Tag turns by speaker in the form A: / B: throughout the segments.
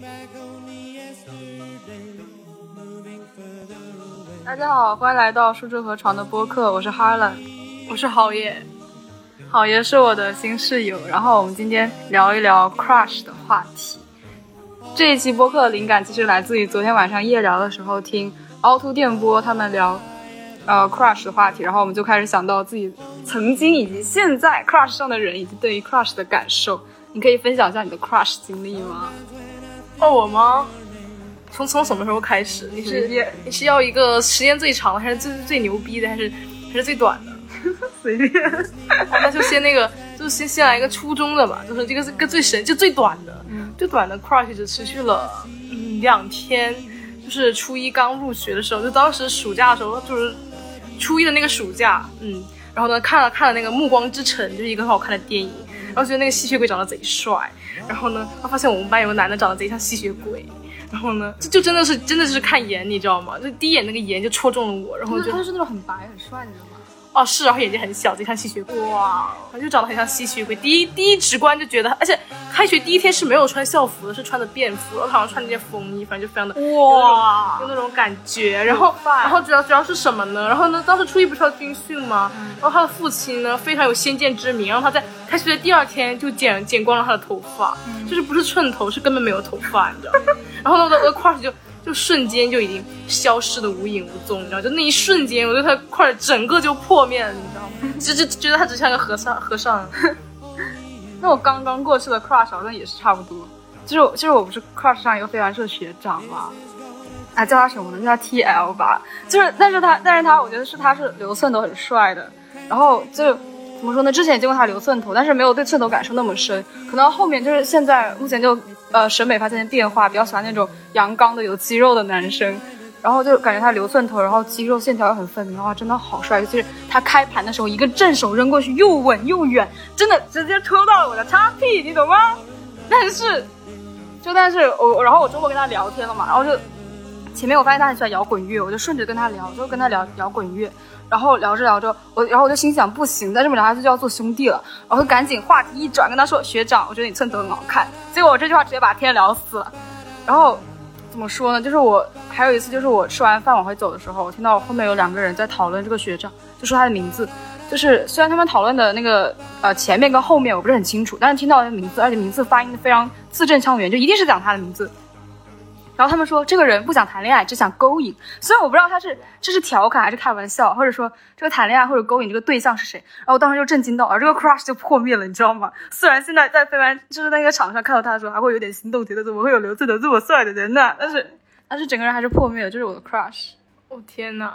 A: only yesterday, moving further away.
B: 大家好，欢迎来到数字河床的播客，我是哈兰，我是郝爷，郝爷是我的新室友，然后我们今天聊一聊 crush 的话题。这一期播客的灵感其实来自于昨天晚上夜聊的时候听凹凸电波他们聊呃 crush 的话题，然后我们就开始想到自己曾经以及现在 crush 上的人以及对于 crush 的感受。你可以分享一下你的 crush 经历吗？
C: 哦，我吗？从从什么时候开始？你是
B: 随便
C: 你是要一个时间最长的，还是最最牛逼的，还是还是最短的？
B: 随 便。
C: 哦那就先那个，就先先来一个初中的吧，就是这个是个最神，就最短的，最短的 crush 只持续了嗯两天，就是初一刚入学的时候，就当时暑假的时候，就是初一的那个暑假，嗯，然后呢看了看了那个《暮光之城》，就是一个很好看的电影，然后觉得那个吸血鬼长得贼帅，然后呢，他发现我们班有个男的长得贼像吸血鬼。然后呢，就就真的是真的是看颜，你知道吗？就第一眼那个颜就戳中了我，然后就
B: 那种很白很帅的人吗？
C: 哦是，然后眼睛很小，贼像吸血鬼。
B: 哇，
C: 他就长得很像吸血鬼，第一第一直观就觉得，而且开学第一天是没有穿校服的，是穿的便服，然后好像穿那件风衣，反正就非常的
B: 哇
C: 有那种有那种感觉。然后
B: 很棒
C: 然后主要主要是什么呢？然后呢，当时初一不是要军训吗？然后他的父亲呢非常有先见之明，然后他在开学的第二天就剪剪光了他的头发，就是不是寸头，是根本没有头发，你知道吗？然后呢，我的我的 crush 就就瞬间就已经消失的无影无踪，你知道吗，就那一瞬间，我对他的 crush 整个就破灭了，你知道吗？只只觉得他只像个和尚和尚。
B: 那我刚刚过去的 crush 好像也是差不多，就是我就是我不是 crush 上一个非常社学长嘛，啊叫他什么呢？叫他 TL 吧，就是但是他但是他我觉得是他是留寸头很帅的，然后就怎么说呢？之前也见过他留寸头，但是没有对寸头感受那么深，可能后面就是现在目前就呃审美发生变化，比较喜欢那种阳刚的有肌肉的男生。然后就感觉他留寸头，然后肌肉线条也很分明，哇，真的好帅！就是他开盘的时候，一个正手扔过去，又稳又远，真的直接戳到了我的叉 P，你懂吗？但是，就但是我，然后我周末跟他聊天了嘛，然后就前面我发现他很喜欢摇滚乐，我就顺着跟他聊，就跟他聊摇滚乐，然后聊着聊着，我然后我就心想不行，再这么聊下去就要做兄弟了，然后赶紧话题一转，跟他说学长，我觉得你寸头很好看，结果我这句话直接把天聊死了，然后。怎么说呢？就是我还有一次，就是我吃完饭往回走的时候，我听到后面有两个人在讨论这个学长，就说他的名字。就是虽然他们讨论的那个呃前面跟后面我不是很清楚，但是听到他的名字，而且名字发音非常字正腔圆，就一定是讲他的名字。然后他们说这个人不想谈恋爱，只想勾引。虽然我不知道他是这是调侃还是开玩笑，或者说这个谈恋爱或者勾引这个对象是谁。然后我当时就震惊到，而这个 crush 就破灭了，你知道吗？虽然现在在飞盘就是那个场上看到他的时候还会有点心动，觉得怎么会有刘志德这么帅的人呢？但是但是整个人还是破灭了，这是我的 crush。
C: 哦天呐！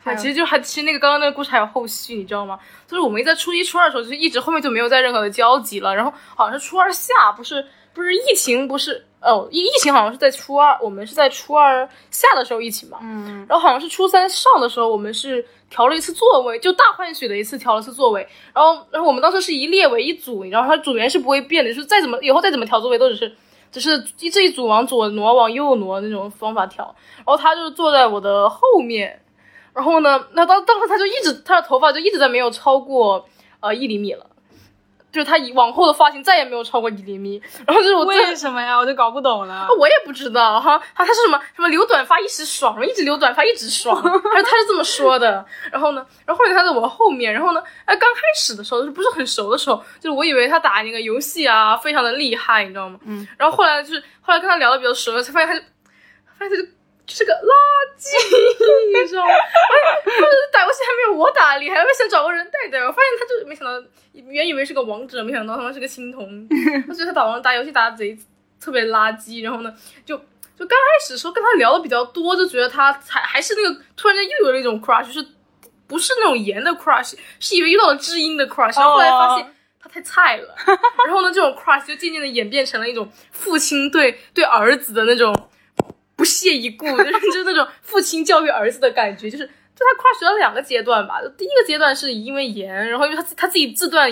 B: 还
C: 还
B: 有
C: 其实就还其实那个刚刚那个故事还有后续，你知道吗？就是我们在初一、初二的时候，就是一直后面就没有再任何的交集了。然后好像是初二下，不是不是疫情，不是哦疫疫情好像是在初二，我们是在初二下的时候一起嘛。
B: 嗯，
C: 然后好像是初三上的时候，我们是调了一次座位，就大换血的一次调了次座位。然后，然后我们当时是一列为一组，你知道，它组员是不会变的，就是再怎么以后再怎么调座位都只是只是一这一组往左挪往右挪那种方法调。然后他就坐在我的后面，然后呢，那当当时他就一直他的头发就一直在没有超过呃一厘米了。就是他以往后的发型再也没有超过一厘米，然后就是我最
B: 为什么呀？我就搞不懂了
C: 啊。我也不知道哈，他他是什么什么留短发一时爽，一直留短发一直爽， 他他是这么说的。然后呢，然后后来他在我后面，然后呢，哎，刚开始的时候就是不是很熟的时候，就是我以为他打那个游戏啊非常的厉害，你知道吗？
B: 嗯。
C: 然后后来就是后来跟他聊的比较熟了，才发现他就发现他就。就是个垃圾，你 知道吗？哎，他就是打游戏还没有我打厉害，我想找个人带带。我发现他就没想到，原以为是个王者，没想到他妈是个青铜。我觉得他打王打游戏打的贼特别垃圾，然后呢，就就刚开始的时候跟他聊的比较多，就觉得他才还是那个突然间又有了一种 crush，就是不是那种盐的 crush，是以为遇到了知音的 crush，然后后来发现。
B: 哦
C: 他太菜了， 然后呢，这种 crush 就渐渐的演变成了一种父亲对对儿子的那种不屑一顾， 就是就是那种父亲教育儿子的感觉，就是就他 crush 了两个阶段吧，就第一个阶段是因为盐，然后因为他自他自己自断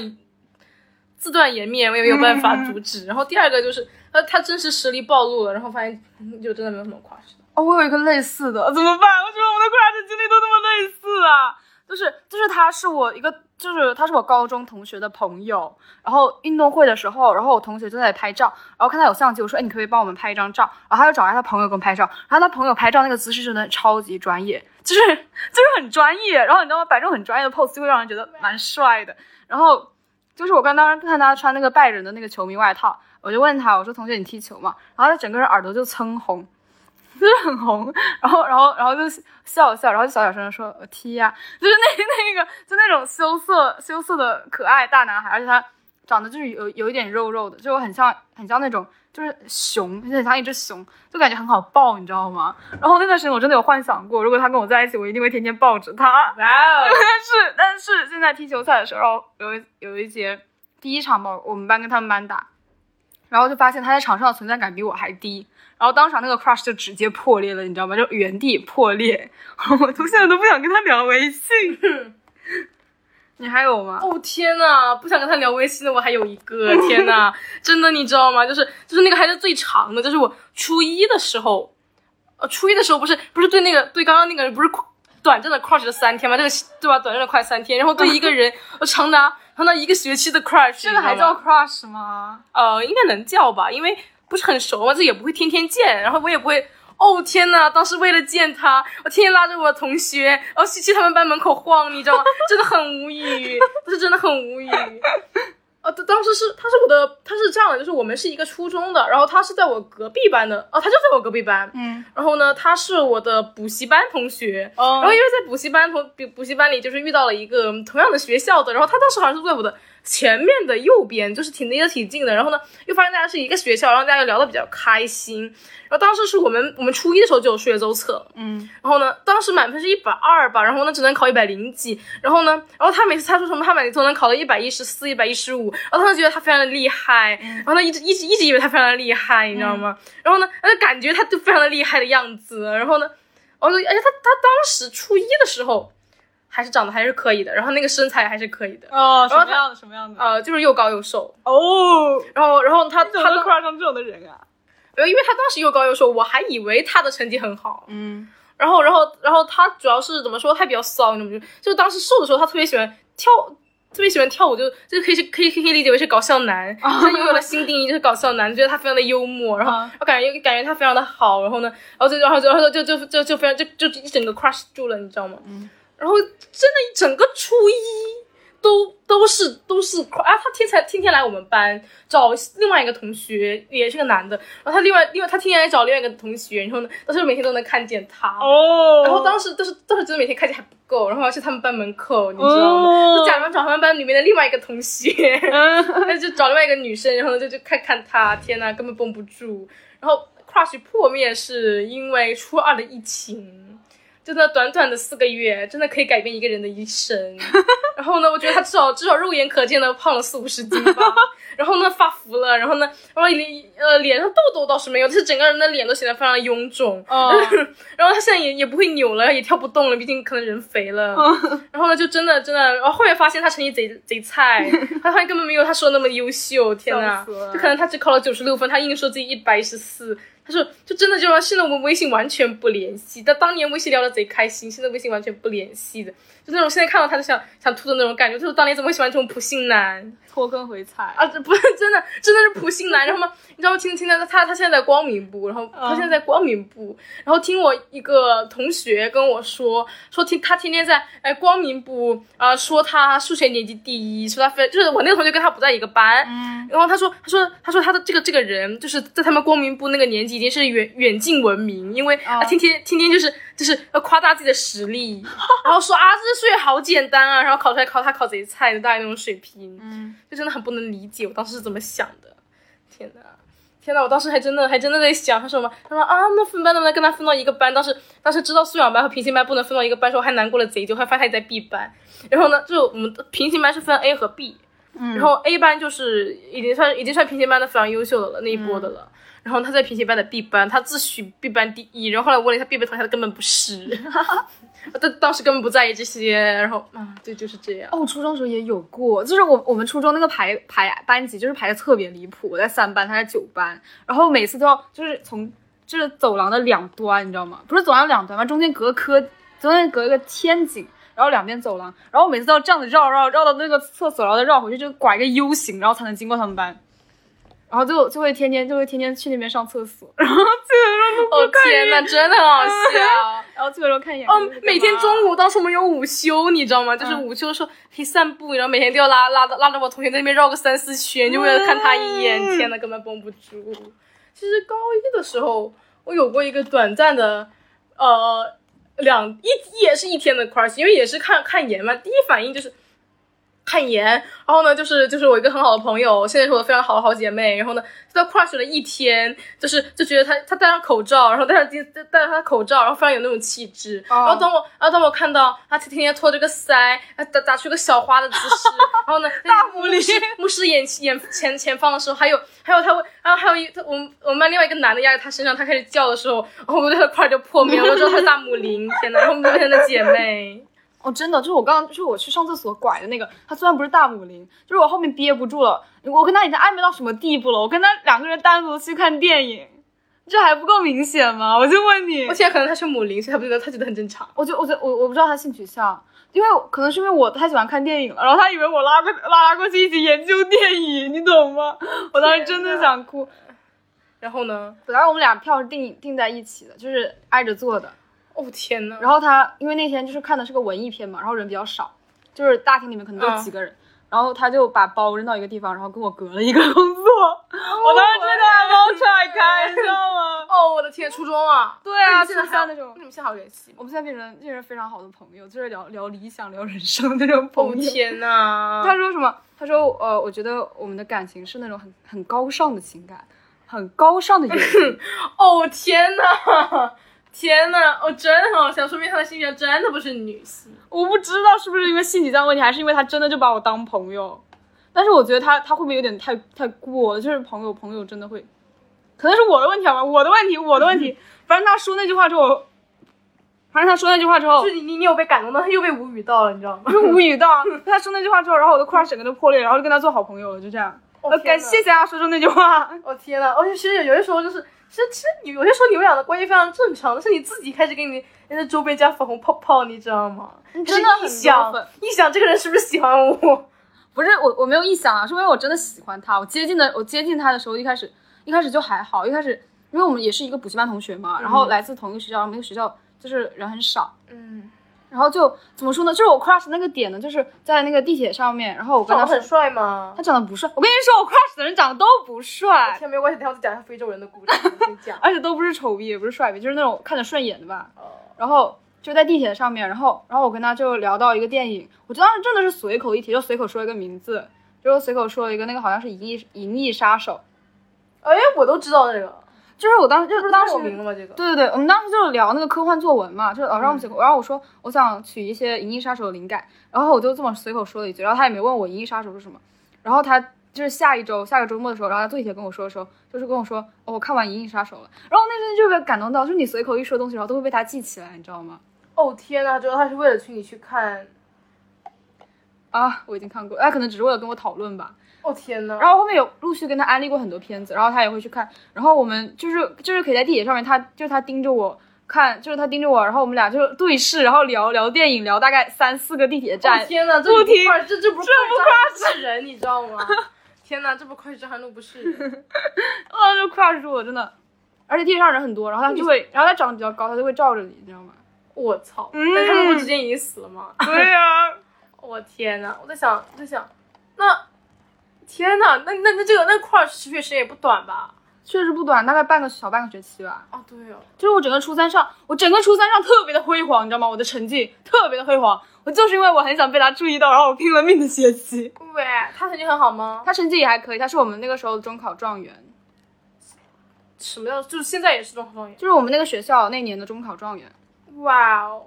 C: 自断颜面，我也没有办法阻 止，然后第二个就是他他真实实力暴露了，然后发现嗯就真的没有什么 crush 了。
B: 哦，我有一个类似的，怎么办？为什么我的 crush 经历都那么类似啊？就是就是他是我一个就是他是我高中同学的朋友，然后运动会的时候，然后我同学就在那里拍照，然后看他有相机，我说，哎，你可不可以帮我们拍一张照？然后他就找来他朋友跟我拍照，然后他朋友拍照那个姿势真的超级专业，就是就是很专业，然后你知道吗？摆这种很专业的 pose 就会让人觉得蛮帅的。然后就是我刚当时看他穿那个拜仁的那个球迷外套，我就问他，我说，同学你踢球吗？然后他整个人耳朵就蹭红。就是很红，然后，然后，然后就笑一笑，然后就小小声的说：“我踢呀、就是那那个，就那种羞涩羞涩的可爱大男孩，而且他长得就是有有一点肉肉的，就很像很像那种就是熊，就很像一只熊，就感觉很好抱，你知道吗？然后那段时间我真的有幻想过，如果他跟我在一起，我一定会天天抱着他。
C: 哇哦，
B: 但是，但是现在踢球赛的时候，然后有一有一节第一场吧，我们班跟他们班打，然后就发现他在场上的存在感比我还低，然后当场那个 crush 就直接破裂了，你知道吗？就原地破裂， 我从现在都不想跟他聊微信。你还有吗？
C: 哦天呐，不想跟他聊微信的，我还有一个，天呐，真的你知道吗？就是就是那个还是最长的，就是我初一的时候，呃，初一的时候不是不是对那个对刚刚那个人不是短暂的 crush 了三天吗？这个对吧？短暂的快三天，然后对一个人 我长达长达一个学期的 crush，
B: 这个还
C: 你知道
B: 叫
C: 吗
B: crush 吗？
C: 呃，应该能叫吧，因为不是很熟嘛，这也不会天天见，然后我也不会。哦天呐！当时为了见他，我天天拉着我的同学，然后去去他们班门口晃，你知道吗？真的很无语， 但是真的很无语。呃，当当时是他是我的，他是这样的，就是我们是一个初中的，然后他是在我隔壁班的，哦，他就在我隔壁班，
B: 嗯，
C: 然后呢，他是我的补习班同学，
B: 哦
C: 然后因为在补习班同补补习班里，就是遇到了一个同样的学校的，然后他当时好像是坐在我的前面的右边，就是挺离得挺近的。然后呢，又发现大家是一个学校，然后大家就聊得比较开心。然后当时是我们我们初一的时候就有数学周测，
B: 嗯，
C: 然后呢，当时满分是一百二吧，然后呢只能考一百零几，然后呢，然后他每次他说什么他每次都能考到一百一十四、一百一十五，然后他就觉得他非常的厉害，
B: 嗯
C: 然后他一直一直一直以为他非常的厉害，你知道吗？然后呢，他就感觉他就非常的厉害的样子，然后呢，我就而且他他当时初一的时候还是长得还是可以的，然后那个身材还是可以的，
B: 哦，
C: 什么样
B: 的什么样的？
C: 呃，就是又高又瘦，
B: 哦，
C: 然后然后他他
B: 他都
C: 当
B: crush 上这种的人啊？
C: 因为他当时又高又瘦，我还以为他的成绩很好，
B: 嗯，
C: 然后，然后，然后他主要是怎么说？他比较骚，你知道吗？就就当时瘦的时候，他特别喜欢跳，特别喜欢跳舞，就就可以是可以可以可以理解为是搞笑男，他拥有了新定义，就是搞笑男，觉得他非常的幽默，然后
B: 啊
C: 我感觉感觉他非常的好，然后呢，然后就然后就然后就就就就就非常就就一整个 crush 住了，你知道吗？嗯，然后真的一整个初一。都都是都是啊！他天才天天来我们班找另外一个同学，也是个男的。然后他另外另外他天天来找另外一个同学，然后呢，但是每天都能看见他。
B: 哦
C: 然后当时，但是当时真的每天看见还不够，然后要去他们班门口，你知道吗？
B: 哦
C: 就假装找他们班里面的另外一个同学，
B: 嗯
C: 那就找另外一个女生，然后呢就就看看她，天呐，根本绷不住。然后 crush 破灭是因为初二的疫情，真的短短的四个月，真的可以改变一个人的一生。然后呢，我觉得他至少至少肉眼可见的胖了四五十斤吧。然后呢，发福了，然后呢，然后脸呃脸上痘痘倒是没有，但是整个人的脸都显得非常的臃肿。
B: 哦
C: 然后他现在也也不会扭了，也跳不动了，毕竟可能人肥了。
B: 哦
C: 然后呢，就真的真的，然后后面发现他成绩贼 贼菜，他发现根本没有他说的那么优秀，天
B: 笑
C: 呐
B: 死了，
C: 就可能他只考了九十六分，他硬说自己一百一十四。他说，就真的就是现在我们微信完全不联系，但当年微信聊得贼开心，现在微信完全不联系的，就那种现在看到他就想想吐的那种感觉，就是当年怎么会喜欢这种普信男？
B: 拖根回踩
C: 啊，这不是真的，真的是普信男。然后嘛，你知道吗？听听他他他现在在光明部，然后他现在
B: 嗯
C: 在光明部，然后听我一个同学跟我说，说听他天天在哎光明部啊、呃说他数学年级第一，说他非就是我那个同学跟他不在一个班，
B: 嗯，
C: 然后他说，他说，他说他的这个这个人，就是在他们光明部那个年级已经是远远近闻名，因为
B: 啊
C: 他天天天天就是就是要夸大自己的实力，然后说啊，这数学好简单啊，然后考出来考他考贼菜的大概那种水平，
B: 嗯，
C: 就真的很不能理解我当时是怎么想的，天哪！天呐，我当时还真的还真的在想，他说什么？他说啊，那分班能不能跟他分到一个班？当时当时知道素养班和平行班不能分到一个班的时候，还难过了贼久，还发现他也在 B 班。然后呢，就我们平行班是分 A 和 B，然后 A 班就是已经算已经算平行班的非常优秀的了那一波的了。然后他在平行班的 B 班，他自诩 B 班第一。然后后来问了一下 B 班同学，他根本不是，他当时根本不在意这些。然后啊，对，就是这 样。
B: 哦，我初中的时候也有过，就是我我们初中那个排排班级就是排的特别离谱，我在三班，他在九班，然后每次都要就是从就是走廊的两端，你知道吗？不是走廊两端吧，中间隔棵，中间隔一个天井，然后两边走廊，然后每次都要这样子绕绕绕到那个厕所，然后再绕回去，就拐一个 U 型，然后才能经过他们班。然后就就会天天就会天天去那边上厕所，然后
C: 哦天呐，真的好笑。
B: 然后去的时候看一眼。
C: 啊哦，每天中午当时我们有午休，你知道吗？就是午休的时候可以散步，然后每天都要拉拉拉着我同学在那边绕个三四圈，就为了看他一眼。天呐，根本绷不住。其实高一的时候，我有过一个短暂的，呃，两一也是一天的 crush，因为也是看看研嘛，第一反应就是。看研，然后呢，就是就是我一个很好的朋友，现在是我非常好的好姐妹。然后呢，就在 crush 了一天，就是就觉得她她戴上口罩，然后戴上戴戴上她的口罩，然后非常有那种气质。
B: 哦
C: 然后当我，然后当我看到她天天拖着个腮，她打打出一个小花的姿势，然后呢，大
B: 狐狸
C: 牧师眼眼前前方的时候，还有还有他会，然后还有一他我们我们班另外一个男的压在他身上，他开始叫的时候，然后我对他的块就破灭了，我知道他是大母林，天哪，然后我们变成了姐妹。
B: 哦，真的，就是我刚刚，就是我去上厕所拐的那个，他虽然不是大母林，就是我后面憋不住了，我跟他已经暧昧到什么地步了？我跟他两个人单独去看电影，这还不够明显吗？我就问你
C: 我，现在可能他是母林，所以他不觉得他觉得很正常。
B: 我就我就我我不知道他性取向，因为可能是因为我太喜欢看电影了，然后他以为我拉过拉他过去一起研究电影，你懂吗？我当时真的想哭。
C: 然后呢？
B: 本来我们俩票是定定在一起的，就是挨着坐的，
C: 哦天哪！
B: 然后他因为那天就是看的是个文艺片嘛，然后人比较少，就是大厅里面可能就
C: 嗯
B: 几个人，然后他就把包扔到一个地方，然后跟我隔了一个 工作，我当时真的把包踹开，你知道吗？
C: 哦我的天，初中啊！
B: 对啊，初
C: 现在还
B: 三
C: 有
B: 那种
C: 你，们现在还有联系吗？
B: 我们现在变成变成非常好的朋友，就是聊聊理想、聊人生的那种
C: 哦
B: 朋友。
C: 天哪！
B: 他说什么？他说呃，我觉得我们的感情是那种很很高尚的情感，很高尚的友谊。
C: 哦天呐， 天呐，哦真的很好笑，说明他的性别真的不是女性。
B: 我不知道是不是因为性取向问题，还是因为他真的就把我当朋友。但是我觉得他他会不会有点太太过了？就是朋友朋友真的会，可能是我的问题好吧，我的问题，我的问 题。反正他说那句话之后，反正他说那句话之后
C: 就，是你你你有被感动到，他又被无语到了，你知道吗
B: 我？就无语到。他说那句话之后，然后我的 crush 整个就破裂，然后就跟他做好朋友了，就这样。
C: 哦
B: 呃
C: 天
B: 感
C: 哪
B: 谢谢他说出那句话。
C: 我、天呐，而且其实有些时候就是，其实其实你有些时候你们俩的关系非常正常，但是你自己开始给你人家周边加粉红泡泡，你知道吗？
B: 真的
C: 就是一
B: 很
C: 想
B: 多粉
C: 一想这个人是不是喜欢我？
B: 不是我我没有臆想啊，是因为我真的喜欢他。我接近的我接近他的时候，一开始一开始就还好，一开始因为我们也是一个补习班同学嘛，然后来自同一个学校，我们那个学校就是人很少，
C: 嗯，
B: 然后就怎么说呢？就是我 crush 那个点呢，就是在那个地铁上面，然后我跟
C: 长
B: 他
C: 得
B: 说
C: 哦很帅吗
B: 他？长得不帅，我跟你说，我 crush 的人长得都不帅，。
C: 天，没有关系，等一下我再讲一下非洲人的故事， 我跟你讲
B: 而且都不是丑逼，也不是帅逼，就是那种看着顺眼的吧。
C: 哦
B: 然后就在地铁上面，然后然后我跟他就聊到一个电影，我当时真的是随口一提，就随口说一个名字，就随口说了一个那个好像是《银翼银翼杀手》，
C: 哎，我都知道这个，
B: 就是我当时就是当
C: 太
B: 时
C: 有名了吧？这个，嗯
B: 对对对，我们当时就是聊那个科幻作文嘛，就是老师让我们写，然后我说我想取一些《银翼杀手》的灵感，然后我就这么随口说了一句，然后他也没问我《银翼杀手》是什么，然后他就是下一周下个周末的时候，然后他坐地铁跟我说的时候，就是跟我说哦，我看完《银翼杀手》了，然后那瞬间就被感动到，就是你随口一说东西，然后都会被他记起来，你知道吗？
C: 哦天呐，知道他是为了去你去看，
B: 啊，我已经看过，他可能只是为了跟我讨论吧。
C: 哦天呐。
B: 然后后面有陆续跟他安利过很多片子，然后他也会去看。然后我们就是就是可以在地铁上面，他就是他盯着我看，就是他盯着我，然后我们俩就对视，然后聊聊电影，聊大概三四个地铁站。
C: 哦天哪，这
B: 不
C: 不
B: 停
C: 快，这这不这不夸是人，你知道吗？天哪，这不愧是张涵路不是 人。
B: 啊，就 crush 住我真的。而且地铁上人很多，然后他就会，然后他长得比较高，他就会罩着你，你知道吗？
C: 我操！但他们不是之前已经死了吗？
B: 对呀、
C: 我天哪，我在想，我在想，那天哪，那那那这个那块儿持续时间也不短吧？
B: 确实不短，大概半个小半个学期吧。
C: 哦，对哦，
B: 就是我整个初三上，我整个初三上特别的辉煌，你知道吗？我的成绩特别的辉煌，我就是因为我很想被他注意到，然后我拼了命的学习。
C: 喂，他成绩很好吗？
B: 他成绩也还可以，他是我们那个时候的中考状元，
C: 什么样？就是现在也是中考状元。
B: 就是我们那个学校那年的中考状元。
C: 哇哦，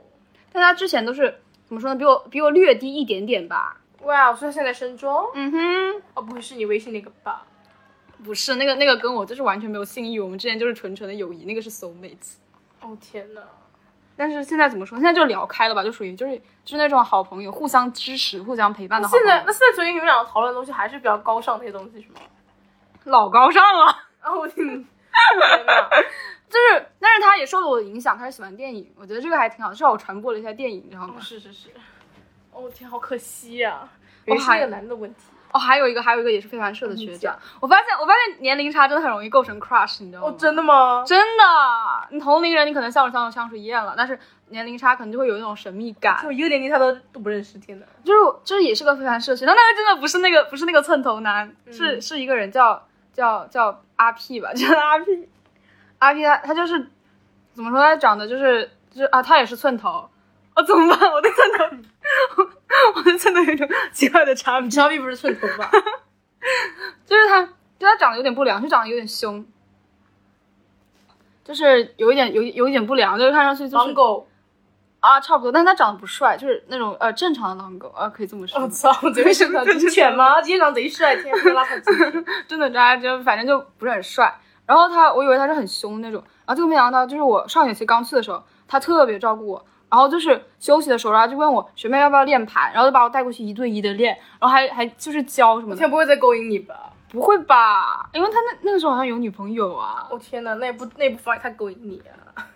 B: 但他之前都是怎么说呢？比我比我略低一点点吧。
C: 哇哦，所以他现在升中？
B: 嗯哼，
C: 哦，不会是你微信那个吧？
B: 不是那个那个跟我就是完全没有性欲，我们之间就是纯纯的友谊，那个是 soul mate。
C: 哦天哪！
B: 但是现在怎么说？现在就聊开了吧，就属于就是就是那种好朋友，互相支持、互相陪伴的好
C: 现
B: 朋友。
C: 在那现在所以你们两个讨论的东西还是比较高尚那些东西是吗？
B: 老高尚了，
C: 然后我听，天 哪！
B: 就是但是他也受了我的影响，开始喜欢电影，我觉得这个还挺好，至少我传播了一下电影，你知道吗？
C: 哦是是是，哦天，好可惜呀、啊，
B: 我
C: 也是那
B: 还
C: 个男的问题。
B: 哦，还有一个，还有一个也是非凡社的学长。我发现，我发现年龄差真的很容易构成 crush，你知道吗？
C: 哦，真的吗？
B: 真的，你同龄人你可能相处相处相处厌了，但是年龄差可能就会有一种神秘感。
C: 就一个年龄他都都不认识，天哪！
B: 就是就是也是个非凡社学，但那个真的不是那个不是那个寸头男，是是一个人叫叫叫阿 P 吧，就是阿 P，阿 P 他他就是怎么说他长得就是就是啊他也是寸头，哦怎么办？我的寸头，我的寸头有一种奇怪的差别，
C: 小米不是寸头 吧？
B: 就是他就他长得有点不良，就长得有点凶，就是有一点有一有一点不良，就是看上去就是
C: 狼狗。
B: 啊差不多，但他长得不帅，就是那种呃正常的狼狗啊可以这么说。
C: 我哦操！我这个是长警犬吗？警长贼帅，天哪，拉 他警
B: 真的渣，就反正就不是很帅。然后他，我以为他是很凶的那种，然后就没想到，就是我上学期刚去的时候，他特别照顾我。然后就是休息的时候，然后就问我学妹要不要练盘，然后就把我带过去一对一的练，然后还还就是教什么
C: 我
B: 的。
C: 天，不会再勾引你吧？
B: 不会吧？因为他那那个时候好像有女朋友啊
C: 我、哦天哪，那也不那也不妨碍他勾引你啊！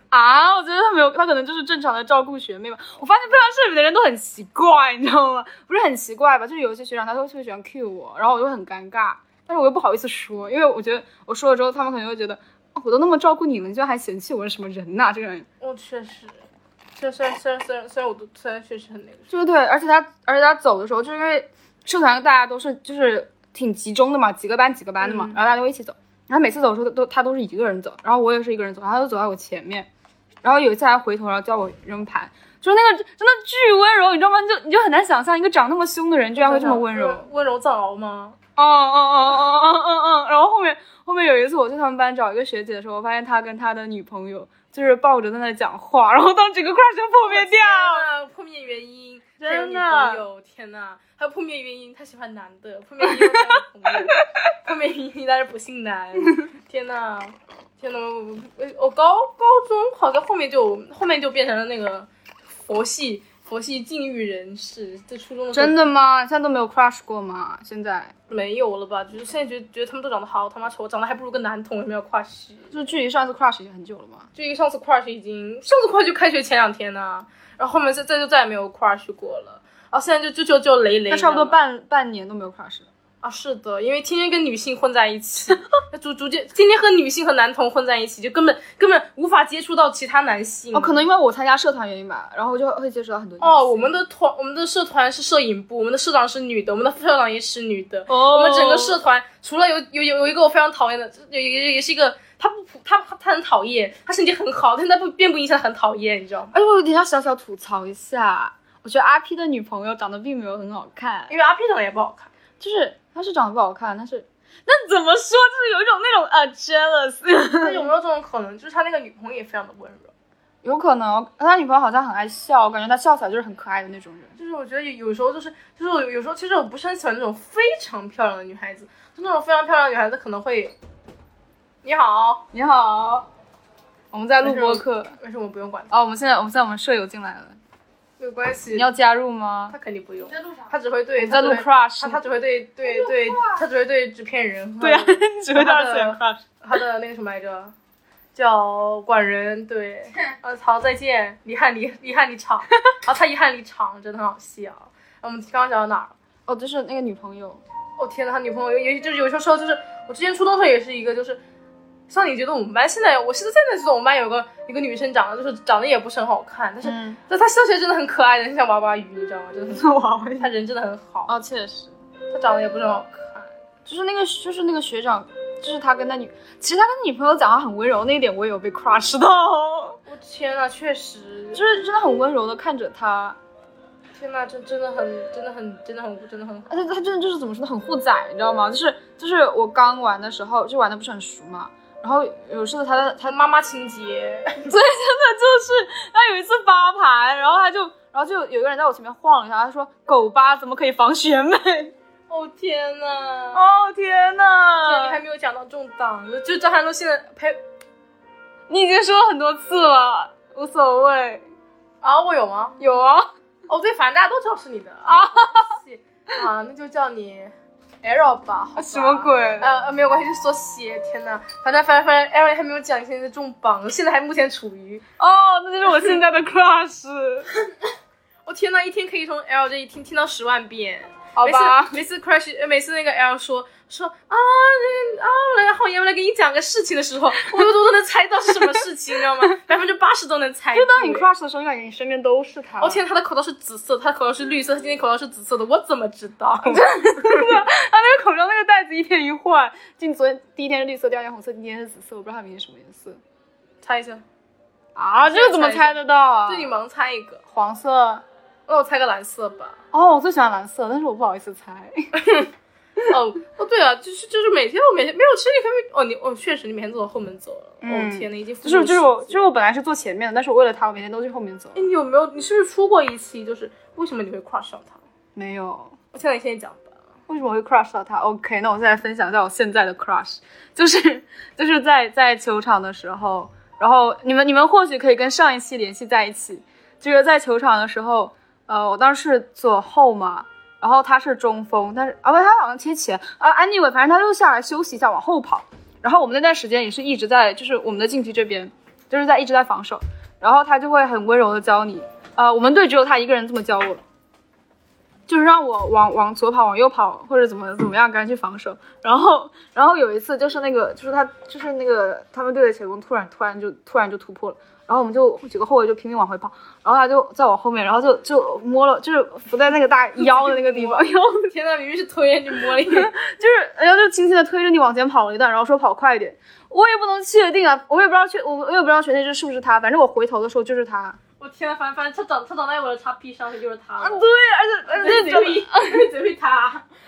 B: 啊！我觉得他没有，他可能就是正常的照顾学妹吧。我发现非常社里的人都很奇怪，你知道吗？不是很奇怪吧？就是有一些学长他都特别喜欢 cue 我，然后我就会很尴尬，但是我又不好意思说，因为我觉得我说了之后，他们可能会觉得、哦我都那么照顾你了，你居然还嫌弃我是什么人呐、这个人，
C: 我哦确实，虽虽然虽然虽然虽然我都虽然确实很那个，
B: 对对对，而且他而且他走的时候，就是因为社团大家都是就是挺集中的嘛，几个班几个班的嘛，
C: 嗯
B: 然后大家都一起走，然后每次走的时候都他都是一个人走，然后我也是一个人走，然后他就走在我前面，然后有一次还回头然后叫我扔盘。就是那个真的巨温柔，你知道吗？你就你就很难想象一个长那么凶的人，居然会这么温柔。
C: 温柔藏獒吗？
B: 哦哦哦哦哦哦哦！然后后面后面有一次我去他们班找一个学姐的时候，我发现她跟她的女朋友就是抱着在那讲话，然后当整个 crush 就破灭掉。
C: 天哪，破灭原因，
B: 真
C: 还有女
B: 的
C: 朋友，天哪，还有破灭原因，他喜欢男的，破灭原因他有朋友，破灭原因他是不信男，天哪，天哪，我我我高高中好像后面就后面就变成了那个佛系佛系禁欲人士，在初中的时候
B: 真的吗？你现在都没有 crush 过吗？现在
C: 没有了吧？就是现在觉得觉得他们都长得好他妈丑，长得还不如个男同，为什么要跨系？
B: 就是距离上一次 crush 已经很久了吗？
C: 就上次 crush 已经，上次 crush 就开学前两天呢、然后后面再再就再也没有 crush 过了。然后现在就就就就雷雷，
B: 那差不多
C: 你知道吗
B: 半半年都没有 crush 了。
C: 啊，是的，因为天天跟女性混在一起，逐逐渐天天和女性和男同混在一起，就根本根本无法接触到其他男性。
B: 哦，可能因为我参加社团原因吧，然后就会接触到很多异性。
C: 嗯哦，我们的团，我们的社团是摄影部，我们的社长是女的，我们的副校长也是女的。
B: 哦
C: 我们整个社团除了有有有有一个我非常讨厌的，有有有也是一个他不普他他很讨厌，他身体很好，但他不并不影响他很讨厌，你知道吗？
B: 哎，我有点要小小吐槽一下，我觉得阿 P 的女朋友长得并没有很好看，
C: 因为阿 P 长得也不好看，
B: 就是她是长得不好看，但是那怎么说，就是有一种那种呃 jealous，
C: 但有没有这种可能，就是他那个女朋友也非常的温柔。
B: 有可能他女朋友好像很爱笑，我感觉他笑起来就是很可爱的那种人。
C: 就是我觉得有有时候就是就是我有有时候其实我不是很喜欢那种非常漂亮的女孩子，就那种非常漂亮的女孩子可能会，你好，
B: 你好，我们在录播客。
C: 为什么不用管他？
B: 哦，我们现在我们现在我们舍友进来了，
C: 没有关系，
B: 你要加入吗
C: 他？肯定不用。
D: 在路上，
C: 他只会对
B: 在录
C: 他只会
B: crush
C: 他他只会对对对，他只会对制片人和
B: 啊你只会
C: 他的
B: 看。
C: 他的那个什么来着，叫管人 对，呃，好再见，遗憾离遗憾离 场，啊，他遗憾离场真的很好笑。啊我们刚刚讲到哪儿了？
B: 哦，就是那个女朋友，
C: 哦天呐，他女朋友，也许就是有些时候就是我之前初中时候也是一个就是。像你觉得我们班现在，我现在现在觉得我们班有个一个女生长得就是长得也不是很好看，但是、
B: 嗯，
C: 但她笑起来真的很可爱的，很像娃娃鱼，你知道吗？真的是 娃娃鱼，她人真的很好，
B: 哦，确实，
C: 她长得也不是很好看。
B: 就是那个就是那个学长，就是他跟他女，其实他跟女朋友讲话很温柔，那一点我也有被 crush 到，
C: 我天呐，确实，
B: 就是真的很温柔的看着他，
C: 天呐，真真的很，真的很，真的很，真的很好。
B: 而且他真的就是怎么说呢，很护崽，你知道吗？就是就是我刚玩的时候就玩的不是很熟嘛，然后有时候他的他
C: 他妈妈情节，
B: 所以真的就是他有一次发牌，然后他就，然后就有一个人在我前面晃了一下，他说：“狗吧怎么可以防学妹
C: 哦天呐，？”
B: 哦天
C: 天你还
B: 哪！
C: 没有讲到重档，就张涵露现在陪
B: 你已经说了很多次了，无所谓。
C: 啊，我有吗？
B: 有啊，
C: 哦对，反正大家都知道是你 的
B: 哦
C: 啊，啊，那就叫你 L 吧，好吧
B: 什么？鬼？
C: 呃呃，没有关系，就缩写。天呐，反正反正反正 L 还没有讲，现在重磅，现在还目前处于
B: 哦，那就是我现在的 crush。
C: 我、天呐，一天可以从 L 这一听听到十万遍。
B: 好吧，
C: 每次每次 crush，呃每次那个 L 说说啊人啊，我来好爷们来给你讲个事情的时候，我都都能猜到是什么事情，你知道吗？百分之八十都能猜。
B: 就当你 crush 的时候，你感觉你身边都是他。
C: 哦天，他的口罩是紫色，他的口罩是绿色，他今天口罩是紫色的，我怎么知 道？
B: 他那个口罩那个袋子一天一换，进昨天第一天是绿色，第二天红色，今天是紫色，我不知道他明天什么颜色
C: 猜一下，
B: 啊？这个怎么
C: 猜
B: 猜得到啊？
C: 对你盲猜一个，
B: 黄色。
C: 那我猜个蓝色吧。
B: 哦，我最喜欢蓝色，但是我不好意思猜。
C: 哦哦，对了，就是就是每天我每天没有，其实你可以哦你哦确实你每天都往后门走了。
B: 嗯
C: 哦天呐，已经复
B: 就是
C: 读
B: 就是我
C: 十
B: 就是我本来是坐前面的，但是我为了他，我每天都去后面走。
C: 哎，你有没有？你是不是出过一期？就是为什么你会 crush 上他？
B: 没有，
C: 我现在先讲吧。
B: 为什么会 crush 到他？OK，那我现在分享一下我现在的 crush，就是 就是在在球场的时候，然后你们你们或许可以跟上一期联系在一起，就是在球场的时候，呃，我当时是左后嘛，然后他是中锋，但是啊不，他好像贴前啊，anyway，反正他就下来休息一下，往后跑。然后我们那段时间也是一直在，就是我们的禁区这边，就是在一直在防守，然后他就会很温柔的教你，呃，我们队只有他一个人这么教我，就是让我往往左跑，往右跑，或者怎么怎么样，赶紧去防守。然后，然后有一次就是那个，就是他，就是那个他们队的前锋突然突然就突然就突破了，然后我们就几个后卫就拼命往回跑，然后他就在我后面，然后就就摸了，就是扶在那个 大腰的那个地方，腰
C: 天呐，明明是推你摸了一眼，
B: 就是然后就轻轻的推着你往前跑了一段，然后说跑快一点。我也不能确定啊，我也不知道确我我也不知道确定这是不是他，反正我回头的时候就是他。
C: 我天呐，反正反正他长他长在我的 x P 上，他就是他
B: 啊，对，
C: 了。
B: 而且而且
C: 嘴会嘴会他，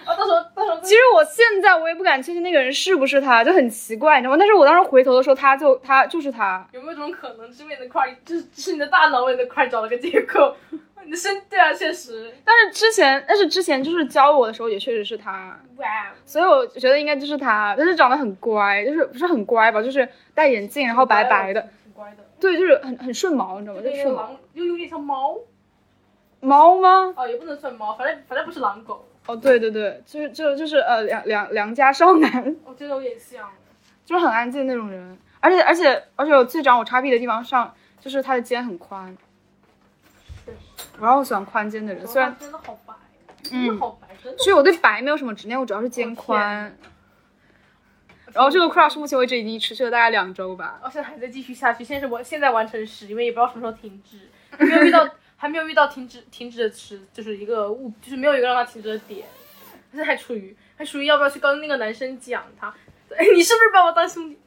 C: 然后到时候到时候
B: 其实我现在我也不敢确定那个人是不是他，就很奇怪，你知道吗？但是我当时回头的时候，他就他就是他，
C: 有没有一种可能，就是你的块儿，就是是你的大脑为你的块儿找了个借口？ 你的身对啊，确实，
B: 但是之前但是之前就是教我的时候也确实是他，
C: 哇，
B: 所以我觉得应该就是他，但是长得很乖，就是不是很乖吧，就是戴眼镜，然后哦白白的，，
C: 挺乖的，
B: 对，就是很很顺毛，你知道吗？就
C: 那
B: 是
C: 个
B: 顺毛
C: 狼又有点像猫，
B: 毛吗？
C: 哦，也不能算猫，反正反正不是狼狗，
B: 哦，对对对，就是就就是呃良良良家少男，
C: 我觉得有点像。
B: 就是很安静的那种人，而且而且而且我最长我叉 P 的地方上就是他的肩很宽，然后我喜欢宽肩的人，虽然
C: 真的好白，
B: 嗯
C: 真的好白，真的。
B: 所以我对白没有什么执念，我主要是肩宽。然后这个 crush 目前为止已经持续了大概两周吧。
C: 哦我现在还在继续下去，现在是我现在完成时，因为也不知道什么时候停止，还没有遇到还没有遇到停止停止的时，就是一个物，就是没有一个让它停止的点，现在还处于还处于要不要去跟那个男生讲他， 你是不是把我 当兄弟？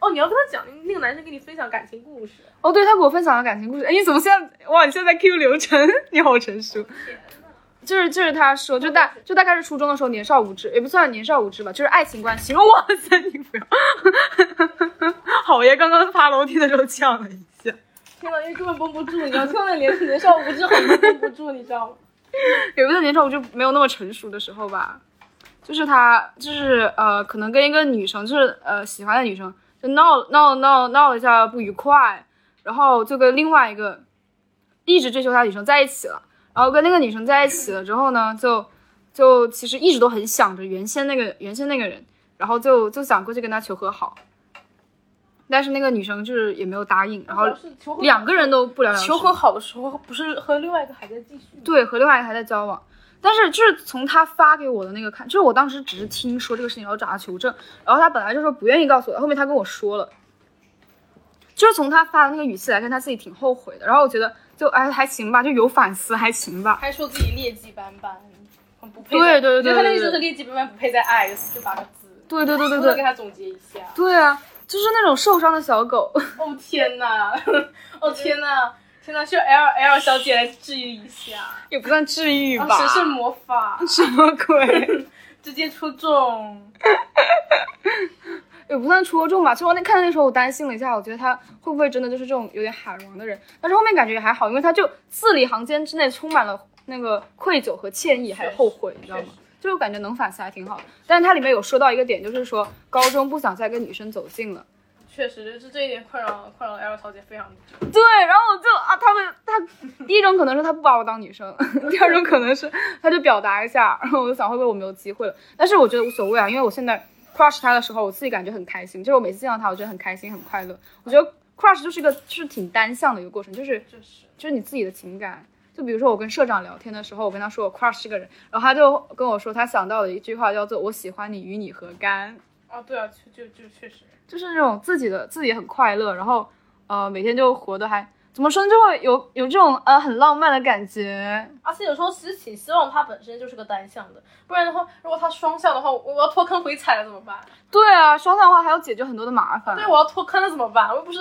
C: 哦，你要跟他讲那个男生跟你分享感情故事，
B: 哦，对，他给我分享了感情故事。哎，你怎么现在哇？你现在 Q 流程， 你好成熟。就是就是他说，就大就大概是初中的时候，年少无知，也不算年少无知吧，就是爱情关系。 哇塞，你不要！ 好爷刚刚爬楼梯的时候呛了一下。
C: 天呐，因为根本绷不住，你知道，听到那年年少无知很绷不住，你知道吗？
B: 有一段年少我就没有那么成熟的时候吧，就是他就是呃，可能跟一个女生就是呃喜欢的女生就闹闹闹闹了一下不愉快，然后就跟另外一个一直追求他的女生在一起了，然后跟那个女生在一起了之后呢，就就其实一直都很想着原先那个原先那个人，然后就就想过去跟他求和好，但是那个女生就是也没有答应，然后
C: 是求和
B: 两个人都不了了之。
C: 求和好的时候，不是和另外一个还在继续吗？
B: 对，和另外一个还在交往。但是就是从他发给我的那个看，就是我当时只是听说这个事情，然后找他求证，然后他本来就说不愿意告诉我，后面他跟我说了，就是从他发的那个语气来看，他自己挺后悔的。然后我觉得就哎还行吧，就有反思还行吧。
C: 还说自己劣迹斑斑，很不配在。
B: 对对对对对
C: 因为他那个时候是劣迹斑斑，不配在爱就八个字。
B: 对对对对
C: 我能给
B: 对
C: 他总结一下。
B: 对啊，就是那种受伤的小狗。
C: 哦天哪！哦天哪！天哪！需要 L L 小姐来治愈一下。
B: 也不算治愈吧？
C: 神圣魔法
B: 什么鬼？
C: 直接出众。
B: 也不算戳中吧。其实我那看的那时候，我担心了一下，我觉得他会不会真的就是这种有点海王的人。但是后面感觉也还好，因为他就字里行间之内充满了那个愧疚和歉意，还有后悔，你知道吗
C: 确实？
B: 就是我感觉能反思还挺好的。但是它里面有说到一个点，就是说高中不想再跟女生走近了。
C: 确实，就是这一点困扰困扰 L 小姐非常久。
B: 对，然后我就啊，他们他第一种可能是他不把我当女生， 第二种可能是他就表达一下，然后我就想会不会我没有机会了。但是我觉得无所谓啊，因为我现在 crush 他的时候，我自己感觉很开心，就是我每次见到他，我觉得很开心很快乐。我觉得 crush 就是一个就是挺单向的一个过程，就是
C: 就是
B: 就是你自己的情感。就比如说我跟社长聊天的时候，我跟他说我 crush 这个人，然后他就跟我说他想到的一句话叫做“我喜欢你，与你何干
C: 啊，对啊，就就就确实，”，
B: 就是那种自己的自己很快乐，然后呃每天就活得还怎么说呢，就会有有这种呃很浪漫的感觉。
C: 而且有时候其实挺希望它本身就是个单向的，不然的话，如果它双向的话，我我要拖坑回踩了怎么办？
B: 对啊，双向的话还要解决很多的麻烦。
C: 对，我要拖坑了怎么办？我又不是，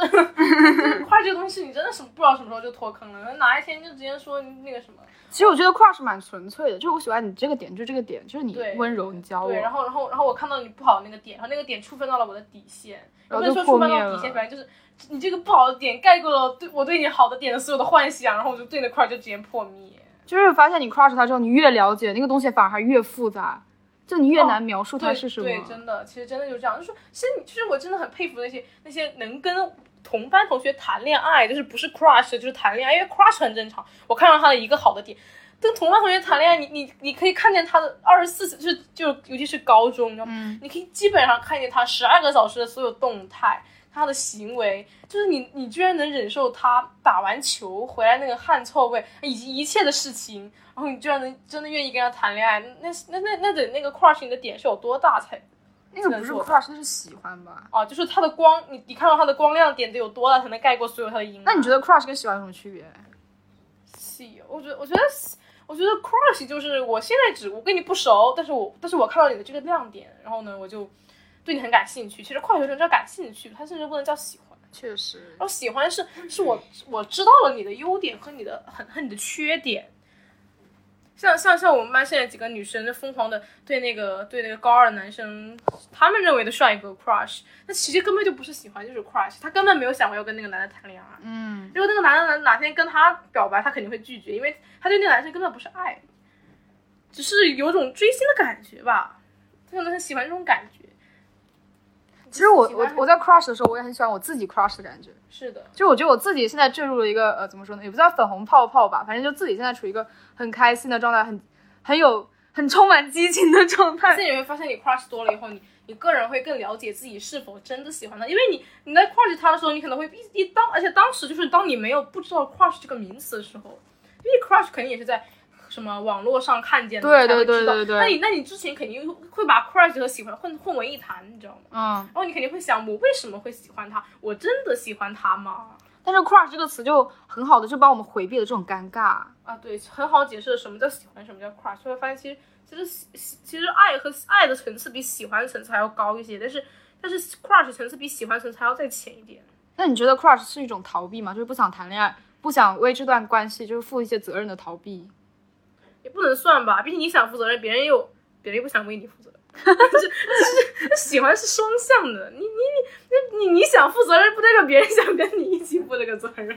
C: 快这个东西你真的是不知道什么时候就拖坑了，哪一天就直接说那个什么，
B: 其实我觉得 crush 蛮纯粹的，就是我喜欢你这个点，就是这个点，就是你
C: 对
B: 温柔，你教我
C: 对，，然后然后然后我看到你不好的那个点，然后那个点触犯到了我的底线，
B: 然后
C: 不能
B: 就
C: 说
B: 破
C: 触犯到
B: 灭
C: 我底线，
B: 了
C: 反正就是你这个不好的点盖过了对我对你好的点的所有的幻想，然后我就对那块儿就直接破灭。
B: 就是发现你 crush 他之后，你越了解那个东西，反而还越复杂，就你越难描述它
C: 哦对
B: 是什么。
C: 对，真的，其实真的就这样，就是其实你，其实我真的很佩服那些那些能跟同班同学谈恋爱，就是不是 crush 就是谈恋爱，因为 crush 很正常。我看到他的一个好的点，跟同班同学谈恋爱，你你你可以看见他的二十四，就是就尤其是高中，你知道吗？
B: 嗯
C: 你可以基本上看见他十二个小时的所有动态。他的行为就是你，你居然能忍受他打完球回来那个汗臭味，以及一切的事情，然哦后你居然能真的愿意跟他谈恋爱，那那那那得那个 crush 你的点是有多大才
B: 那个不是 crush，那是喜欢吧？
C: 啊？就是他的光，你你看到他的光亮点得有多大才能盖过所有他的阴暗？
B: 那你觉得 crush 跟喜欢有什么区别？
C: 喜？我觉得我觉得喜我觉得 crush 就是我现在只我跟你不熟，但是我但是我看到你的这个亮点，然后呢我就对你很感兴趣。其实 crush 有种叫感兴趣，它甚至不能叫喜欢。
B: 确实
C: 然，后喜欢是
B: 嗯
C: 是我我知道了你的优点和你的很和你的缺点。像像像我们班现在几个女生就疯狂的对那个对那个高二的男生，他们认为的帅哥 crush，那其实根本就不是喜欢，就是 crush，他根本没有想过要跟那个男的谈恋爱。
B: 嗯，
C: 如果那个男的哪哪天跟他表白，他肯定会拒绝，因为他对那个男生根本不是爱，只是有种追星的感觉吧，他可能很喜欢这种感觉。
B: 其实我
C: 喜
B: 我
C: 欢
B: 我在 crush 的时候，我也很喜欢我自己 crush 的感觉。
C: 是的，
B: 就我觉得我自己现在坠入了一个呃，怎么说呢，也不叫粉红泡泡吧，反正就自己现在处于一个很开心的状态，很很有很充满激情的状态
C: 而且。你会发现，你 crush 多了以后，你你个人会更了解自己是否真的喜欢他，因为你你在 crush 他的时候，你可能会一一当，而且当时就是当你没有不知道 crush 这个名词的时候，因为 crush 肯定也是在什么网络上看见的，
B: 对
C: 你才会
B: 对
C: 知道
B: 对对对
C: 那你那你之前肯定会把 crush 和喜欢混混为一谈，你知道吗？
B: 嗯，
C: 然后你肯定会想，我为什么会喜欢他？我真的喜欢他吗？
B: 但是 crush 这个词就很好的就帮我们回避了这种尴尬。
C: 啊，对，很好解释什么叫喜欢，什么叫 crush。会发现其实其实喜喜其实爱和爱的层次比喜欢的层次还要高一些，但是但是 crush 层次比喜欢层次还要再浅一点。
B: 那你觉得 crush 是一种逃避吗？就是不想谈恋爱，不想为这段关系就是负一些责任的逃避？
C: 也不能算吧，毕竟你想负责任，别人又别人又不想为你负责任。就是就是喜欢是双向的，你你你你你想负责任，不代表别人想跟你一起负这个责任。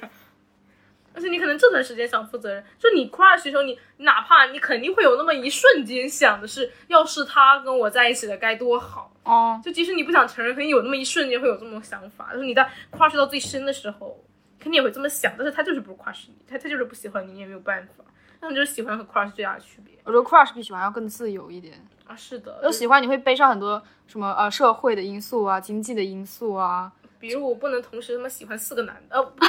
C: 而且你可能这段时间想负责任，就你 crush 的时候，你哪怕你肯定会有那么一瞬间想的是，要是他跟我在一起了该多好。
B: 哦，
C: 就即使你不想承认，可能有那么一瞬间会有这么想法，就是你在 crush 到最深的时候，肯定也会这么想，但是他就是不 crush 你，他他就是不喜欢你，你也没有办法。那就是喜欢和 crush 最大的区别
B: 我觉得 crush 比喜欢要更自由一点。
C: 啊，是的，
B: 就喜欢你会背上很多什么呃社会的因素啊、经济的因素啊，
C: 比如我不能同时他妈喜欢四个男的，呃， 不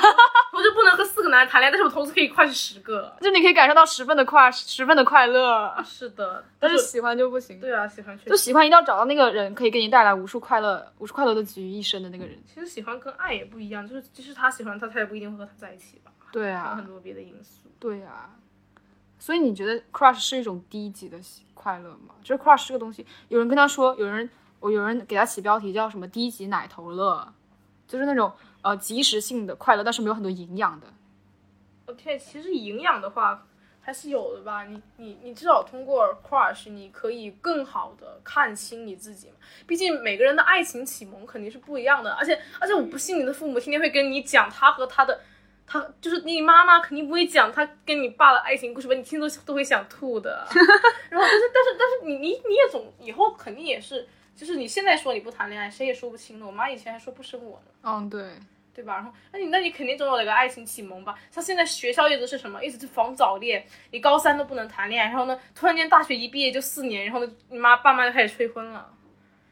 C: 我就不能和四个男的谈恋爱，但是我同时可以 crush 十个。啊
B: 就你可以感受到十分的 crush，十分的快乐，
C: 是的，
B: 但是喜欢就不行。
C: 对啊，喜欢确
B: 就
C: 实，
B: 喜欢一定要找到那个人，可以给你带来无数快乐、无数快乐的集于一身的那个人。
C: 其实喜欢跟爱也不一样，就是即使他喜欢他，他也不一定会和他在一起吧，
B: 对
C: 还有
B: 啊
C: 很，多别的因素。
B: 对啊。所以你觉得 crush 是一种低级的喜快乐吗？就是 crush 这个东西，有人跟他说，有人我有人给他起标题叫什么“低级奶头乐”，就是那种呃即时性的快乐，但是没有很多营养的。
C: 我天，其实营养的话还是有的吧。你你你至少通过 crush，你可以更好的看清你自己嘛。毕竟每个人的爱情启蒙肯定是不一样的，而且而且我不信你的父母天天会跟你讲他和他的。他就是你妈妈肯定不会讲他跟你爸的爱情故事吧？你听都都会想吐的。然后，但是但是但是你你你也总以后肯定也是，就是你现在说你不谈恋爱，谁也说不清的。我妈以前还说不生我呢。
B: 嗯，对。
C: 对吧？然后，那你那你肯定总有那个爱情启蒙吧？像现在学校一直是什么，一直是防早恋，你高三都不能谈恋爱，然后呢，突然间大学一毕业就四年，然后呢，你妈爸妈就开始催婚了，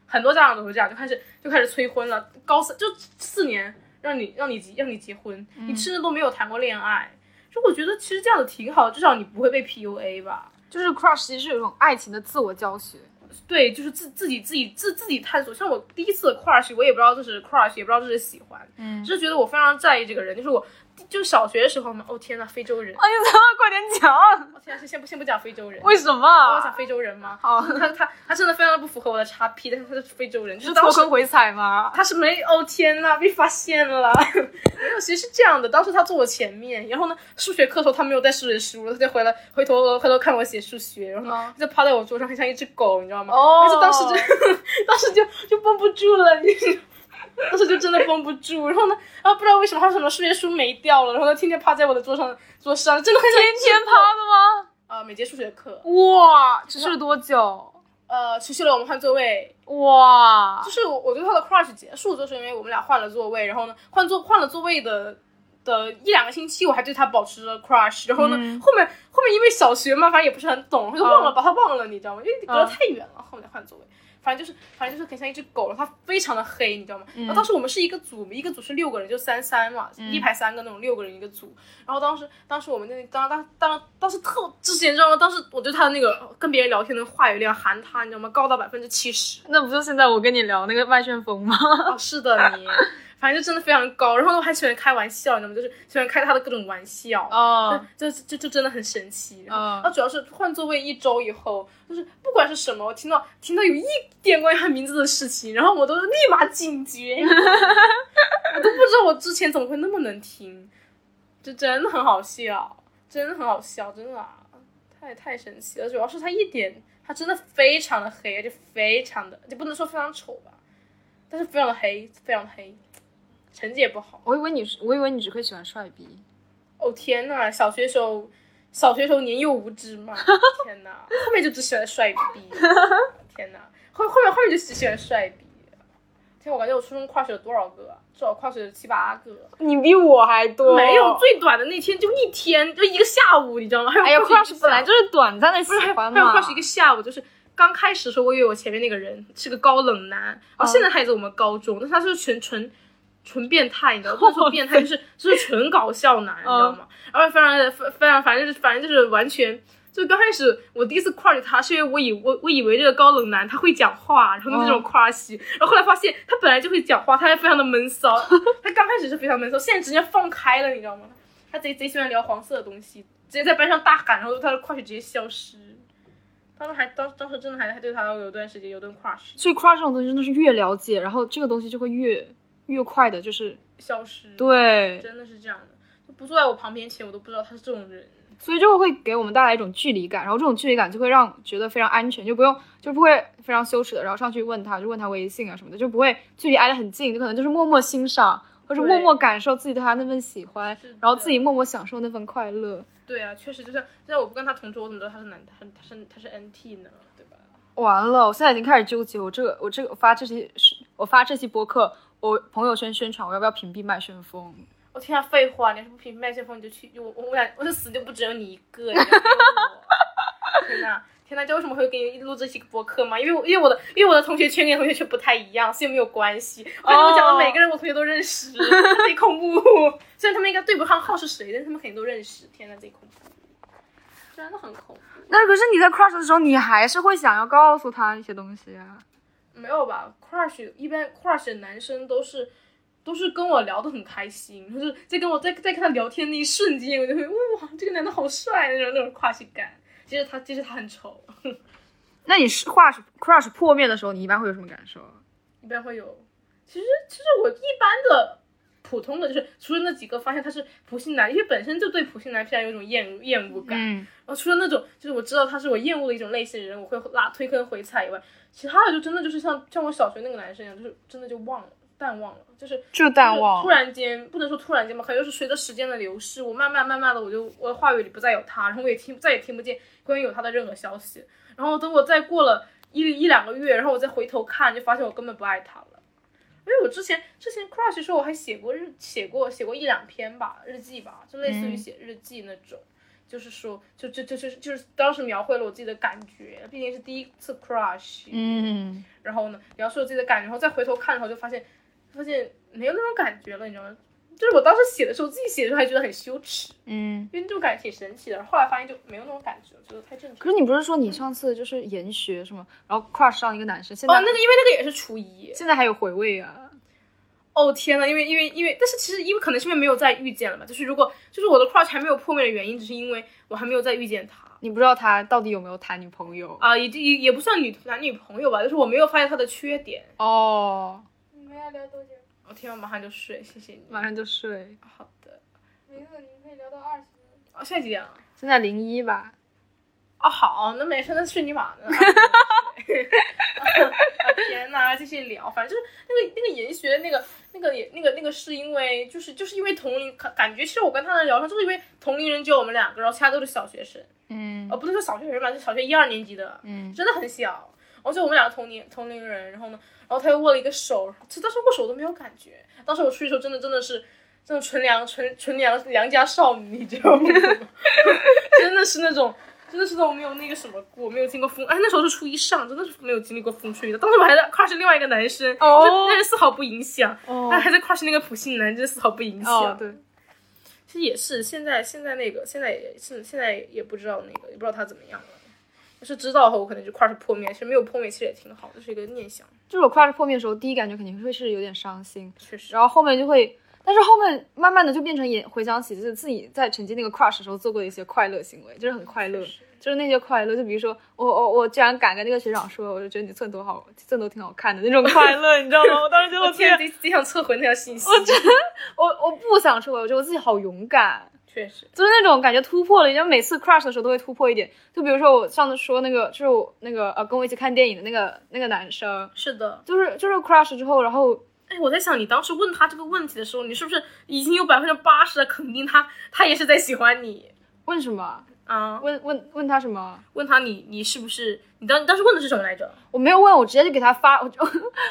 C: 很多家长都是这样，就开始就开始催婚了，高三就四年，让你让你结让你结婚，你甚至都没有谈过恋爱。就我觉得其实这样子挺好，至少你不会被 PUA 吧。
B: 就是 crush 其实是有一种爱情的自我教学，
C: 对，就是自自己自己自自己探索。像我第一次的 crush，我也不知道这是 crush，也不知道这是喜欢，
B: 嗯
C: 只是觉得我非常在意这个人。就是我，就小学的时候嘛，哦天呐，非洲人，
B: 哎呀，咱们快点讲，
C: 哦天呐，先先不先不讲非洲人，
B: 为什
C: 我
B: 么啊哦
C: 讲？非洲人 吗？
B: 好
C: 就是他他他真的非常不符合我的叉 P，但是他是非洲人，就是是当
B: 错
C: 时
B: 坑回踩吗？
C: 他是没哦天呐，被发现了， 没有，其实是这样的，当时他坐我前面，然后呢，数学课的时候他没有带数学书，他就回来回头回头看我写数学，然后呢
B: 哦
C: 就趴在我桌上，很像一只狗，你知道吗？
B: 哦
C: 但是当时就 当时就就绷不住了， 你知道。当时就真的绷不住，然后呢，然后不知道为什么他什么数学书没掉了，然后他天天趴在我的桌上桌上，真的很像一只
B: 天
C: 狗
B: 趴的吗？
C: 啊、每节数学课，
B: 哇，持续了多久？
C: 呃，持续了我们换座位，
B: 哇
C: 就，是我我对他的 crush 结束，就是因为我们俩换了座位，然后呢，换座换了座位的的一两个星期，我还对他保持着 crush，然后呢，
B: 嗯
C: 后面后面因为小学嘛，反正也不是很懂，我就忘了、
B: 嗯
C: 把他忘了，你知道吗？因为隔得
B: 嗯
C: 太远了，后面换座位。反正就是，反正就是很像一只狗了，它非常的黑，你知道吗？然
B: 嗯
C: 后当时我们是一个组，一个组是六个人，就三三嘛，一排三个那种六个人一个组。然后当时，当时我们那当当当当时特之前，你知道吗？当时我对他的那个跟别人聊天的话语量含他，你知道吗？高达百分之七十。
B: 那不就现在我跟你聊那个麦旋风吗？
C: 哦，是的，你，反正就真的非常高。然后我还喜欢开玩笑，你知道吗？就是喜欢开他的各种玩笑。
B: 哦，
C: 就就就就真的很神奇，然
B: 嗯
C: 后他主要是换座位一周以后，就是不管是什么，我听到听到有一点关于他名字的事情，然后我都立马警觉，我都不知道我之前怎么会那么能听，这真的很好笑，真的很好笑，真的、啊、太太神奇了。主要是他一点，他真的非常的黑，而且非常的，就不能说非常丑吧，但是非常的黑，非常的黑，成绩也不好。
B: 我以为你是，我以为你只会喜欢帅逼。
C: 哦天呐，小学时候，小学时候年幼无知嘛，天呐，后面就只喜欢帅逼，天呐，后后面后面就只喜欢帅逼。天，我感觉我初中跨学了多少个啊？至少跨学了七八个。
B: 你比我还多
C: 没有，最短的那天就一天，就一个下午，你知道吗？还有
B: 哎呀
C: crush 一个下
B: ，crush
C: 午
B: 本来就是短暂的喜
C: 不是还有
B: 欢
C: 还有
B: 嘛。
C: crush 一个下午，就是刚开始的时候，我以为我前面那个人是个高冷男，哦，现在还在我们高中，但是他是纯纯纯变态，你知道 吗？不能说变态，就是就是纯搞笑男，你知道
B: 哦
C: 吗？然后非常的非非常反正就是反正就是完全。就刚开始我第一次 crush 他，是因为我以我我以为这个高冷男他会讲话，然后那种
B: 哦
C: crush，、然后后来发现他本来就会讲话，他还非常的闷骚，他刚开始是非常闷骚，现在直接放开了，你知道吗？他贼贼喜欢聊黄色的东西，直接在班上大喊，然后他的 crush 直接消失。当时还当当时真的还还对他有段时间有段 crush
B: 所以 crush 这种东西真的是越了解，然后这个东西就会越越快的，就是
C: 消失，，
B: 对，
C: 真的是这样的。就不坐在我旁边前，我都不知道他是这种人。
B: 所以就会给我们带来一种距离感，然后这种距离感就会让觉得非常安全，就不用就不会非常羞耻的，然后上去问他，就问他微信啊什么的，就不会距离挨得很近，就可能就是默默欣赏，或是
C: 对
B: 默默感受自己对他那份喜欢
C: 是的，
B: 然后自己默默享受那份快乐。
C: 对啊，确实就像就像我不跟他同桌，我怎么知道他是男他他是他是 NT 呢？对吧？
B: 完了，我现在已经开始纠结，我这个我这个我发这期是我发这期播客，我朋友圈宣传我要不要屏蔽麦旋风？
C: 我天啊，废话，你要是不平麦旋风，你就去，我我我俩我是死就不只有你一个，你还给我天哪！天哪，这为什么会给你录这期播客吗？因为我因为我的因为我的同学圈跟你同学圈不太一样，所以没有关系。我感觉我讲的每个人，我同学都认识， 贼恐怖。虽然他们应该对不上号是谁，但是他们肯定都认识。天哪，贼恐怖，真的很恐怖。
B: 那可是你在 crush 的时候，你还是会想要告诉他一些东西啊。
C: 没有吧？crush 一般 crush 的男生都是都是跟我聊得很开心，就是在跟我在在跟他聊天那一瞬间，我就会哇，这个男的好帅啊那种那种 crush 感。其实他其实他很丑，
B: 那你是 crush crush 破灭的时候，你一般会有什么感受？
C: 一般会有。其实其实我一般的普通的就是除了那几个发现他是普信男，因为本身就对普信男非常有一种厌恶厌恶感。
B: 嗯，
C: 然后除了那种就是我知道他是我厌恶的一种类型的人，我会拉推坑回踩以外，其他的就真的就是像像我小学那个男生一样，就是真的就忘了淡忘了，就是
B: 就淡忘
C: 突然间不能说突然间吧，可能就是随着时间的流逝，我慢慢慢慢的，我就我的话语里不再有他，然后我也听再也听不见关于有他的任何消息。然后等我再过了一一两个月，然后我再回头看，就发现我根本不爱他了。因为我之前之前 crush 的时候，我还写过日写过写过一两篇吧日记吧，就类
B: 嗯
C: 似于写日记那种，就是说就就就就就是当时描绘了我自己的感觉，毕竟是第一次 crush，
B: 嗯，
C: 然后呢，描述我自己的感觉，然后再回头看的时候就发现，而且没有那种感觉了，你知道吗？就是我当时写的时候，自己写的时候还觉得很羞耻，
B: 嗯。
C: 因为这种感觉挺神奇的。后来发现就没有那种感觉，我觉得太正常。
B: 可是你不是说你上次就是研学什么，然后 crush 上一个男生，现
C: 哦，
B: 在、
C: 那个因为那个也是初一。
B: 现在还有回味啊？
C: 哦天呐，因为因为因为，但是其实因为可能是因为没有再遇见了吧，就是如果就是我的 crush 还没有破灭的原因，只是因为我还没有再遇见他。
B: 你不知道他到底有没有谈女朋友？
C: 啊，也也也不算女男女朋友吧，就是我没有发现他的缺点。
B: 哦，
E: 你们要聊多久？
C: 我听完马上就睡，谢谢你。
B: 马上就睡。
C: 好的，
E: 没事，你们可以聊到二十分钟。
C: 啊，现在几点了？
B: 现在零一吧，
C: 哦，好，那没事，那去你妈呢。啊天呐，继续聊，反正就是那个那个研学的那个那个也那个那个是因为就是就是因为同龄感感觉，其实我跟他的聊上就是因为同龄人只有我们两个，然后其他都是小学生，
B: 嗯
C: 呃，不能说小学生吧，就小学一二年级的，
B: 嗯，
C: 真的很小。而且我们两个同龄同龄人，然后呢，然后他又握了一个手，其实当时握手我都没有感觉。当时我出去的时候，真的真的是这种纯良纯纯良良家少女，你知道吗？ 真的是那种，真的是那种没有那个什么过，没有经过风。哎，那时候是初一上，真的是没有经历过风吹雨的。当时我还在 crush 另外一个男生，
B: 哦
C: 就但是丝毫不影响。
B: 哦
C: 他还在 crush 那个普信男，真是丝毫不影响。
B: 哦，对，
C: 其实也是，现在现在那个现在也是现在也不知道那个，也不知道他怎么样了。要是知道后，我可能就 crush 破灭。其实没有破灭，其实也挺好，就是一个念想，
B: 就是我 crush 破灭的时候，第一感觉肯定会是有点伤心，
C: 确实。
B: 然后后面就会，但是后面慢慢的就变成也回想起就是自己在沉浸那个 crush 的时候做过的一些快乐行为，就是很快乐，就是那些快乐，就比如说我我我居然敢跟那个学长说，我就觉得你寸头好，寸头挺好看的那种快乐， 你知道吗？我当时觉得
C: 我
B: 我
C: 天，
B: 天，
C: 贼贼想撤回那条信息。
B: 我我不想说，我觉得我自己好勇敢。
C: 确实，
B: 就是那种感觉突破了，因为每次 crush 的时候都会突破一点。就比如说我上次说那个，就是我那个呃跟我一起看电影的那个那个男生，
C: 是的。
B: 就是就是 crush 之后，然后
C: 哎，我在想，你当时问他这个问题的时候，你是不是已经有百分之八十的肯定他，他也是在喜欢你
B: 问什么？
C: 啊？
B: 问问问他什么？
C: 问他你你是不是你当你当时问的是什么来着？
B: 我没有问，我直接就给他发， 我就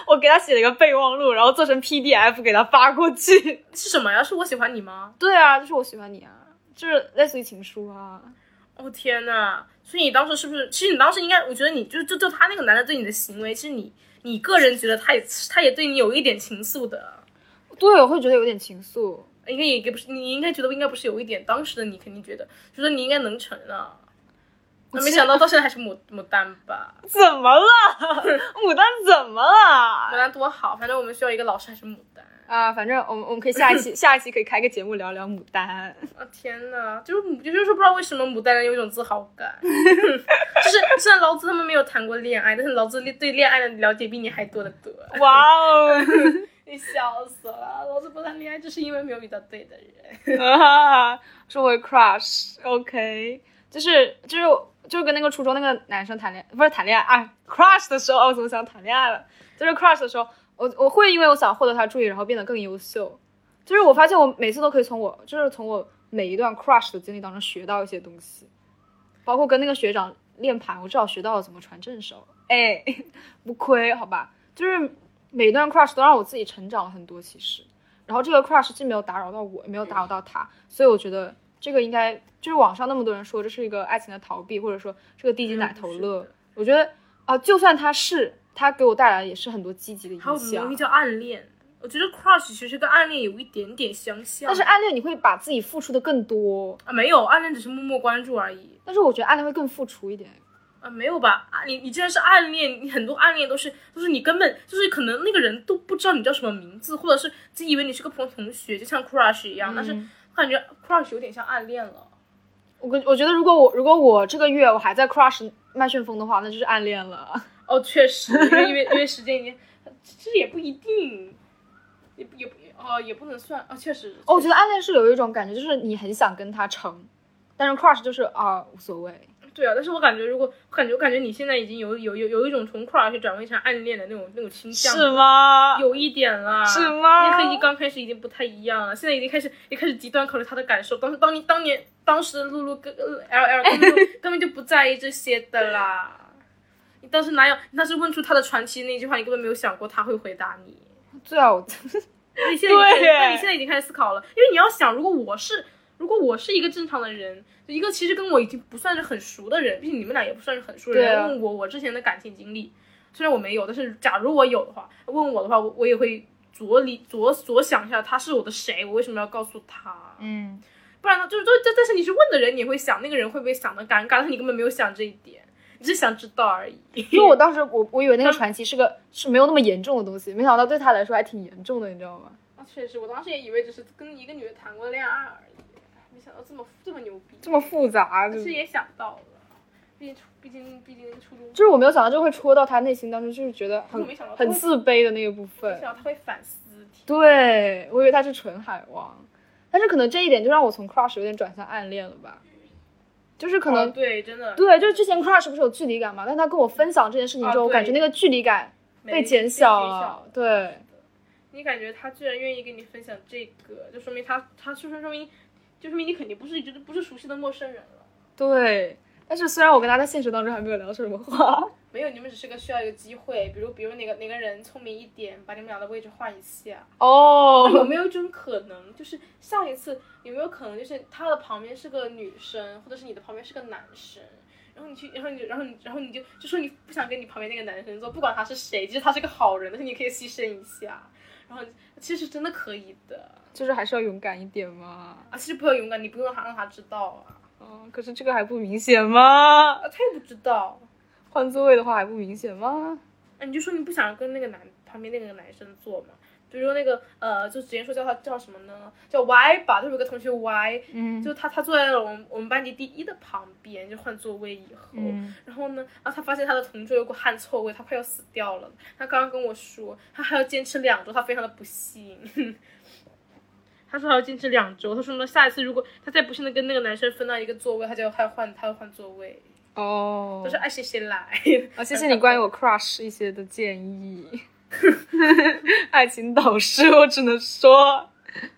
B: 我给他写了一个备忘录，然后做成 PDF 给他发过去。
C: 是什么呀？是我喜欢你吗？
B: 对啊，就是我喜欢你啊，就是类似于情书啊。
C: 哦天呐！所以你当时是不是？其实你当时应该，我觉得你就就就他那个男的对你的行为，其实你你个人觉得他也他也对你有一点情愫的，
B: 对，我会觉得有点情愫。
C: 应该也也不是，你应该觉得应该不是有一点，当时的你肯定觉得，觉得你应该能成啊。那没想到到现在还是牡牡丹吧，
B: 怎么了？ 牡丹怎么了
C: 牡？丹多好，反正我们需要一个老师还是牡丹。
B: 啊，反正我们我们可以下 一期下一期可以开个节目聊聊牡丹。
C: 啊天呐，就是牡就是不知道为什么牡丹人有一种自豪感， 就是虽然劳资他们没有谈过恋爱，但是劳资对恋爱的了解比你还多得多。
B: 哇哦！
C: 你笑死了，老子不谈恋爱就是因为没有遇到对的人。
B: 啊，是我 crush，OK，、就是就是就是跟那个初中那个男生谈恋不是谈恋爱啊，crush 的时候，哦我怎么想谈恋爱了？就是 crush 的时候，我我会因为我想获得他注意，然后变得更优秀。就是我发现我每次都可以从我就是从我每一段 crush 的经历当中学到一些东西，包括跟那个学长练盘，我至少学到了怎么传正手，哎， 不亏好吧？就是每一段 crush 都让我自己成长了很多，其实。然后这个 crush 既没有打扰到我，也没有打扰到他，所以我觉得这个应该就是网上那么多人说这是一个爱情的逃避，或者说这个低级奶头乐，我觉得啊、就算他是，他给我带来也是很多积极的
C: 还有
B: 影
C: 什么
B: 响
C: 东西。叫暗恋？我觉得 crush 其实跟暗恋有一点点相像，
B: 但是暗恋你会把自己付出的更多，
C: 啊没有暗恋只是默默关注而已
B: 但是我觉得暗恋会更付出一点。
C: 啊没有吧？啊你你既然是暗恋，你很多暗恋都是就是你根本就是可能那个人都不知道你叫什么名字，或者是只以为你是个朋同学，就像 crush 一样，但是
B: 嗯
C: 我感觉 crush 有点像暗恋了。
B: 我跟我觉得，如果我如果我这个月我还在 crush 麦旋风的话，那就是暗恋了。
C: 哦，确实，因为因为因为时间已经，其实也不一定，也不也不哦也不能算啊、确实
B: 哦，我觉得暗恋是有一种感觉，就是你很想跟他成，但是 crush 就是啊、无所谓。
C: 对啊，但是我感觉，如果我感觉，我感觉你现在已经有有有有一种从 crush 转为成暗恋的那种那种倾向，？
B: 吗？
C: 有一点啦，
B: 是吗
C: 你和一刚开始已经不太一样了，现在已经开始也开始极端考虑他的感受。当当你当年当时的露露跟呃 L L 根本就 根本就不在意这些的啦。你当时哪有？你当时问出他的传奇那句话，你根本没有想过他会回答你。
B: 对啊，我
C: 你现在已经
B: 对耶
C: 那你现在已经开始思考了，因为你要想，如果我是如果我是一个正常的人，就一个其实跟我已经不算是很熟的人，毕竟你们俩也不算是很熟的
B: 对
C: 人，
B: 啊
C: 问我我之前的感情经历，虽然我没有，但是假如我有的话，问我的话，我我也会左理左左想一下，他是我的谁？我为什么要告诉他？
B: 嗯，
C: 不然呢，就是就是，但但是你是问的人，你会想那个人会不会想的尴尬，但是你根本没有想这一点，你只是想知道而已。
B: 因为我当时我我以为那个传奇是个是没有那么严重的东西，没想到对他来说还挺严重的，你知道吗？
C: 啊，确实，我当时也以为只是跟一个女的谈过恋爱而已，没想到这么这么牛逼，
F: 这么复杂，就
C: 但
F: 是
C: 是也想到了，毕竟初毕竟毕竟初中，
B: 就是我没有想到这会戳到他内心当中，就是觉得很
C: 没想到
B: 很
C: 会
B: 自卑的那个部
C: 没
B: 分。
C: 想到他会反思。
B: 对，我以为他是纯海王，但是可能这一点就让我从 crush 有点转向暗恋了吧，就是可能、
C: 哦对，真的
B: 对，就是之前 crush 不是有距离感嘛，但他跟我分享这件事情之后，
C: 啊
B: 我感觉那
C: 对
B: 个距离感被
C: 没
B: 减小啊了。对，
C: 你感觉他居然愿意跟你分享这个，就说明他他就说说明，就说明你肯定不是一直不是熟悉的陌生人了。
B: 对，但是虽然我跟他在现实当中还没有聊什么 话，
C: 没有，你们只是个需要一个机会，比如比如哪个哪个人聪明一点，把你们俩的位置换一下。
B: 哦
C: 有没有一种可能，就是上一次有没有可能，就是他的旁边是个女生，或者是你的旁边是个男生，然后你去，然后你，然后你，然后你就就说你不想跟你旁边那个男生做，不管他是谁，即使他是个好人，但是你可以牺牲一下。然后其实真的可以的，
B: 就是还是要勇敢一点嘛。
C: 啊，其实不要勇敢，你不用让他让他知道啊，
B: 嗯，可是这个还不明显吗？
C: 啊，他也不知道，
B: 换座位的话还不明显吗？
C: 啊，你就说你不想跟那个男旁边那个男生做嘛。比如说那个呃，就直接说叫他叫什么呢？叫 Y 吧，就有个同学 Y，
B: 嗯
C: 就他他坐在了我们我们班级第一的旁边，就换座位以后，
B: 嗯
C: 然后呢，然后他发现他的同桌有股汗臭味，他快要死掉了。他刚刚跟我说，他还要坚持两周，他非常的不幸。 他说还要坚持两周，他说呢，下一次如果他再不幸的跟那个男生分到一个座位，他就要他换他要换座位，
B: 哦
C: 就是爱谁谁来。
B: 啊，谢谢你关于我 crush 一些的建议，爱情导师，我只能说，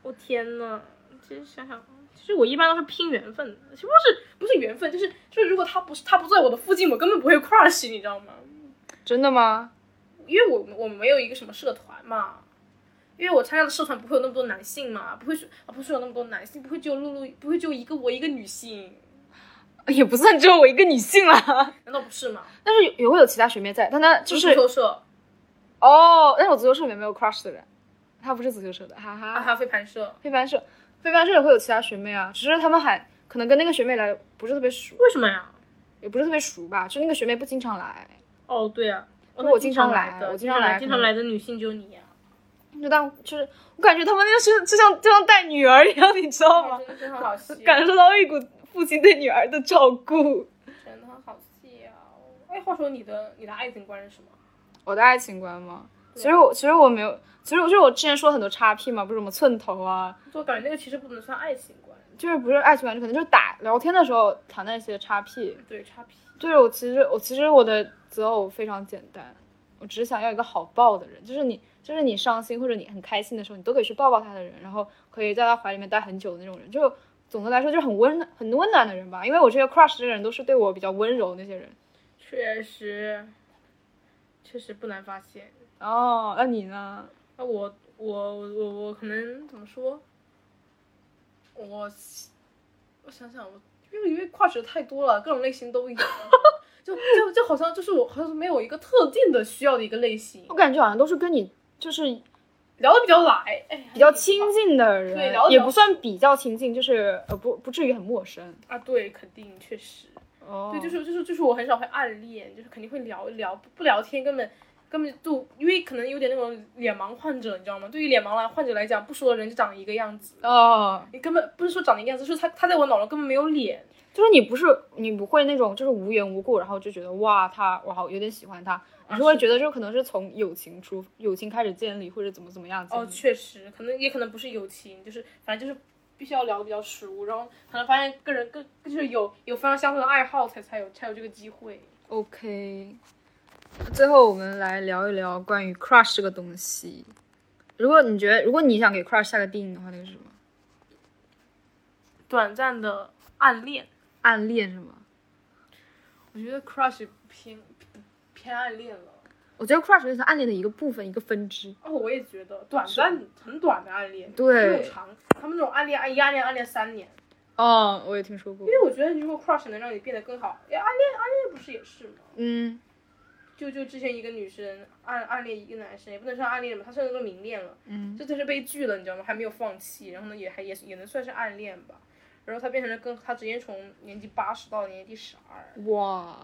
C: 我天呐，其实想想，其实我一般都是拼缘分的，其实不是不是缘分，就是就是如果他不是他不在我的附近，我根本不会 crush，你知道吗？
B: 真的吗？
C: 因为我我没有一个什么社团嘛，因为我参加的社团不会有那么多男性嘛，不会是啊不是有那么多男性，不会只有露露，不会只有一个我一个女性，
B: 也不算只有我一个女性啦，
C: 难道不是吗？
B: 但是也会有其他学妹在，但她就是
C: 足球社
B: 哦，但是我足球社里面没有 crush 的人，她不是足球社的，哈
C: 啊，
B: 哈。
C: 还有飞盘社，
B: 飞盘社，飞盘社也会有其他学妹啊，只是她们还可能跟那个学妹来不是特别熟，
C: 为什么呀？
B: 也不是特别熟吧，就那个学妹不经常来，
C: 哦，对啊，
B: 因
C: 那
B: 为我
C: 经
B: 经
C: 常
B: 常来
C: 的，
B: 我
C: 经
B: 经常来
C: 经常来的女性只有你呀、
B: 就当就是我感觉她们就是就像就像带女儿一样，你知道吗？
C: 真的真的好细、
B: 哦感受到一股父亲对女儿的照顾。
C: 真的好细啊！哎，话说你的你的爱情观是什么？
B: 我的爱情观吗？其实我其实我没有，其实我就是我之前说很多叉 P 嘛，不是什么寸头啊，
C: 就我感觉那个其实不能算爱情观，
B: 就是不是爱情观，就可能就是打聊天的时候谈那些叉 P。
C: 对，差评。
B: 就是我其实我其实我的择偶非常简单，我只是想要一个好抱的人，就是你就是你伤心或者你很开心的时候，你都可以去抱抱他的人，然后可以在他怀里面待很久的那种人，就总的来说就是很温很温暖的人吧。因为我这些 crush 这个人都是对我比较温柔的那些人。
C: 确实，确实不难发现。
B: 哦，那你呢？
C: 那我我我我可能怎么说？我我想想，我因为因为跨学太多了，各种类型都有，就就就好像就是我好像没有一个特定的需要的一个类型
B: 我，感觉好像都是跟你就是
C: 聊的比较来，哎，
B: 比较亲近的人，
C: 对聊得
B: 也
C: 比较
B: 不算比较亲近，就是呃不不至于很陌生。
C: 啊，对，肯定确实。
B: 哦
C: 对，就是就是就是我很少会暗恋，就是肯定会聊一聊，不不聊天根本根本就因为可能有点那种脸盲患者，你知道吗？对于脸盲来患者来讲，不说人就长一个样子，
B: 哦，
C: 你根本不是说长一个样子，是他他在我脑中根本没有脸。
B: 就是你不是你不会那种就是无缘无故，然后就觉得哇他我好有点喜欢他，你啊是会觉得就可能是从友情出友情开始建立或者怎么怎么样建立。
C: 哦，确实，可能也可能不是友情，就是反正就是必须要聊得比较熟，然后可能发现个人更就是有有非常相同的爱好才才有才有这个机会。
B: OK，最后我们来聊一聊关于 crush 这个东西。如果你觉得如果你想给 crush 下个定义的话，那个是什么？
C: 短暂的暗恋，
B: 暗恋是吗？
C: 我觉得 crush 偏偏暗恋了。
B: 我觉得 crush 就是暗恋的一个部分，一个分支。
C: 哦，我也觉得短暂很短的暗恋，
B: 对
C: 这种长，他们那种暗恋暗一暗恋暗恋三年，
B: 哦，我也听说过
C: 因。为我觉得如果 crush 能让你变得更好，哎，暗恋暗恋不是也是吗？
B: 嗯，
C: 就就之前一个女生暗暗恋一个男生，也不能算暗恋吧，他算是个明恋了，嗯，就他是被拒了，你知道吗？还没有放弃，然后呢也还也也能算是暗恋吧。然后他变成了更，他直接从年级八十到年级十二，
G: 哇，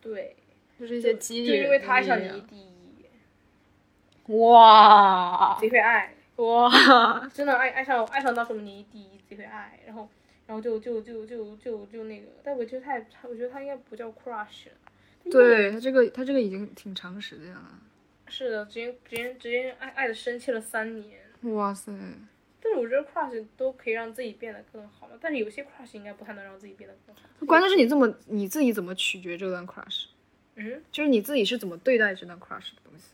C: 对，
G: 就是一些激
C: 就
G: 励人的力量，
C: 因为他想
G: 啊
C: 离第一，
G: 哇
C: 贼会爱，
G: 哇，
C: 真的爱爱上爱上当时我们年级第一，贼会爱，然后然后就就就就就就那个，但我觉得他也我觉得他应该不叫 crush，
G: 对他这个他这个已经挺长时间了，
C: 是的，直接直接直接爱爱的深切了三年。
G: 哇塞，
C: 但是我觉得 crush 都可以让自己变得更好嘛，但是有些 crush 应该不太能让自己变得更好。
G: 关键是你这么你自己怎么取决这段 crush，
C: 嗯，
G: 就是你自己是怎么对待这段 crush 的东西。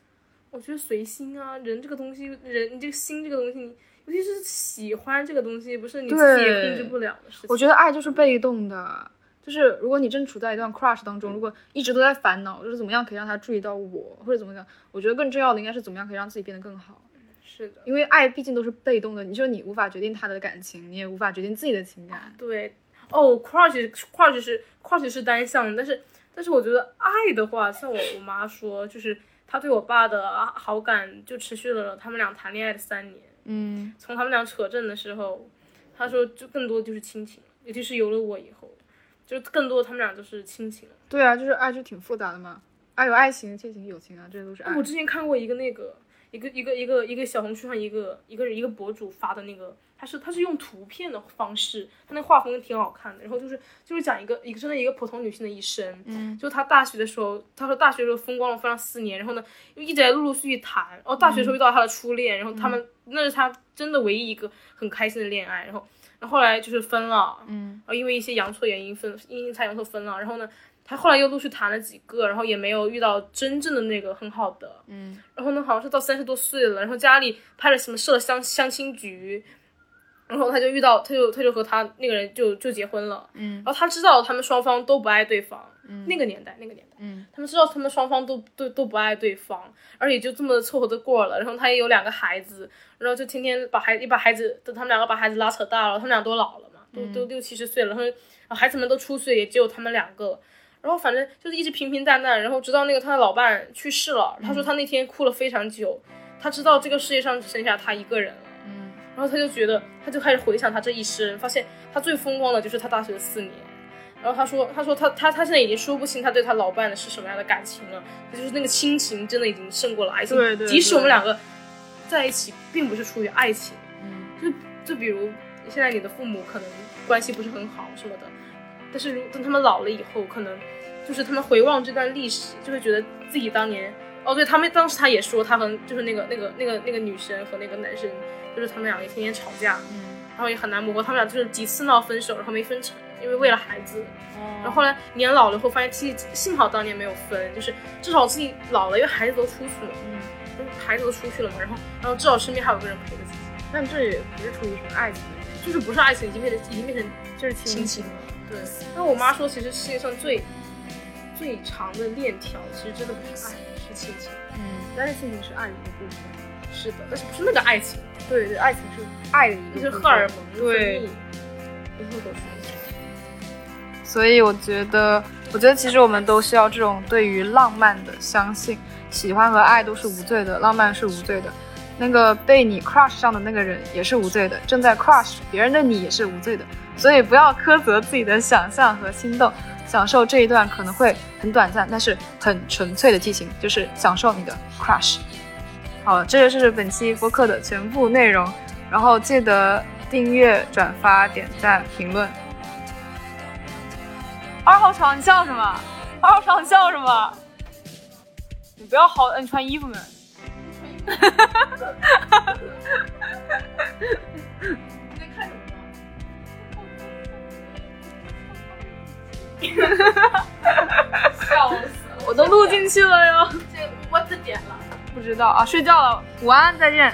C: 我觉得随心啊，人这个东西，人你这个心这个东西，你尤其是喜欢这个东西，不是你自己也控制不了的事情。
G: 我觉得爱就是被动的，就是如果你正处在一段 crush 当中，如果一直都在烦恼，就是怎么样可以让他注意到我，或者怎么讲，我觉得更重要的应该是怎么样可以让自己变得更好。
C: 是的，
G: 因为爱毕竟都是被动的，你说你无法决定他的感情，你也无法决定自己的情感。
C: 对。哦，crush crush 是 crush 是单向的，但是但是我觉得爱的话，像我我妈说，就是她对我爸的啊好感就持续了他们俩谈恋爱的三年。
G: 嗯，
C: 从他们俩扯证的时候，他说就更多就是亲情，尤其是有了我以后，就更多他们俩就是亲情了。
G: 对啊，就是爱就挺复杂的嘛，爱有爱情、亲情、友情啊，这些都是爱。
C: 我之前看过一个那个一个一个一个一个小红书上一个一个一个博主发的那个，他是他是用图片的方式，他那画风挺好看的。然后就是就是讲一个一个真的一个普通女性的一生，嗯，就她大学的时候，她说大学的时候风光了非常四年，然后呢又一直在陆陆续续谈，然后大学时候遇到她的初恋，然后他们、那是她真的唯一一个很开心的恋爱，然后。然后后来就是分了，嗯，然后因为一些阳错原因分，阴差阳错分了。然后呢，他后来又陆续谈了几个，然后也没有遇到真正的那个很好的，嗯，然后呢，好像是到三十多岁了，然后家里拍了什么设了相相亲局，然后他就遇到，他就他就和他那个人就就结婚了，嗯，然后他知道他们双方都不爱对方，嗯，那个年代那个年代，嗯，他们知道他们双方都都都不爱对方，而也就这么凑合的过了，然后他也有两个孩子，然后就天天把孩也把孩子，等他们两个把孩子拉扯大了，他们俩都老了嘛，都都六七十岁了，然后啊孩子们都出去，也只有他们两个，然后反正就是一直平平淡淡，然后直到那个他的老伴去世了，他说他那天哭了非常久，他知道这个世界上只剩下他一个人了，嗯，然后他就觉得，他就开始回想他这一生，发现他最风光的就是他大学的四年。然后他说：“他说他他他现在已经说不清他对他老伴的是什么样的感情了，就是那个亲情真的已经胜过了爱情。
G: 对对
C: 即使
G: 对
C: 我们两个在一起，并不是出于爱情，嗯，就就比如现在你的父母可能关系不是很好什么的，但是如等他们老了以后，可能就是他们回望这段历史，就会觉得自己当年哦，对他们当时他也说，他和就是那个那个那个那个女生和那个男生，就是他们两个天天吵架，然后也很难磨合，他们俩就是几次闹分手，然后没分成，因为为了孩子。然后后来年老了以后，发现自己幸好当年没有分，就是至少自己老了，因为孩子都出去了，嗯，孩子都出去了嘛，然后然后至少身边还有个人陪着自己，
G: 但这也不是出于什么爱情的原
C: 就是不是爱情已经变成已经变成
G: 因，就是亲
C: 亲情了。对，那我妈说，其实世界上最最长的链条，其实真的不是爱，是亲情。
G: 嗯，但是亲情是爱的一部分。
C: 是的，但是不是那个爱情，
G: 对对，爱情是爱的一
C: 就
G: 个
C: 是
G: 部
C: 荷尔
G: 分
C: 蒙的
G: 对
C: 分泌，然后都是
B: 所以我觉得，我觉得其实我们都需要这种对于浪漫的相信，喜欢和爱都是无罪的，浪漫是无罪的。那个被你 crush 上的那个人也是无罪的，正在 crush 别人的你也是无罪的，所以不要苛责自己的想象和心动，享受这一段可能会很短暂，但是很纯粹的激情，就是享受你的 crush。好了，这就是本期播客的全部内容，然后记得订阅、转发、点赞、评论。二号床，你笑什么？二号床，你笑什么？你不要好，你穿衣服 没？我都录进去了哟，
C: 这我只点了。
B: 不知道啊，睡觉了，午安，再见。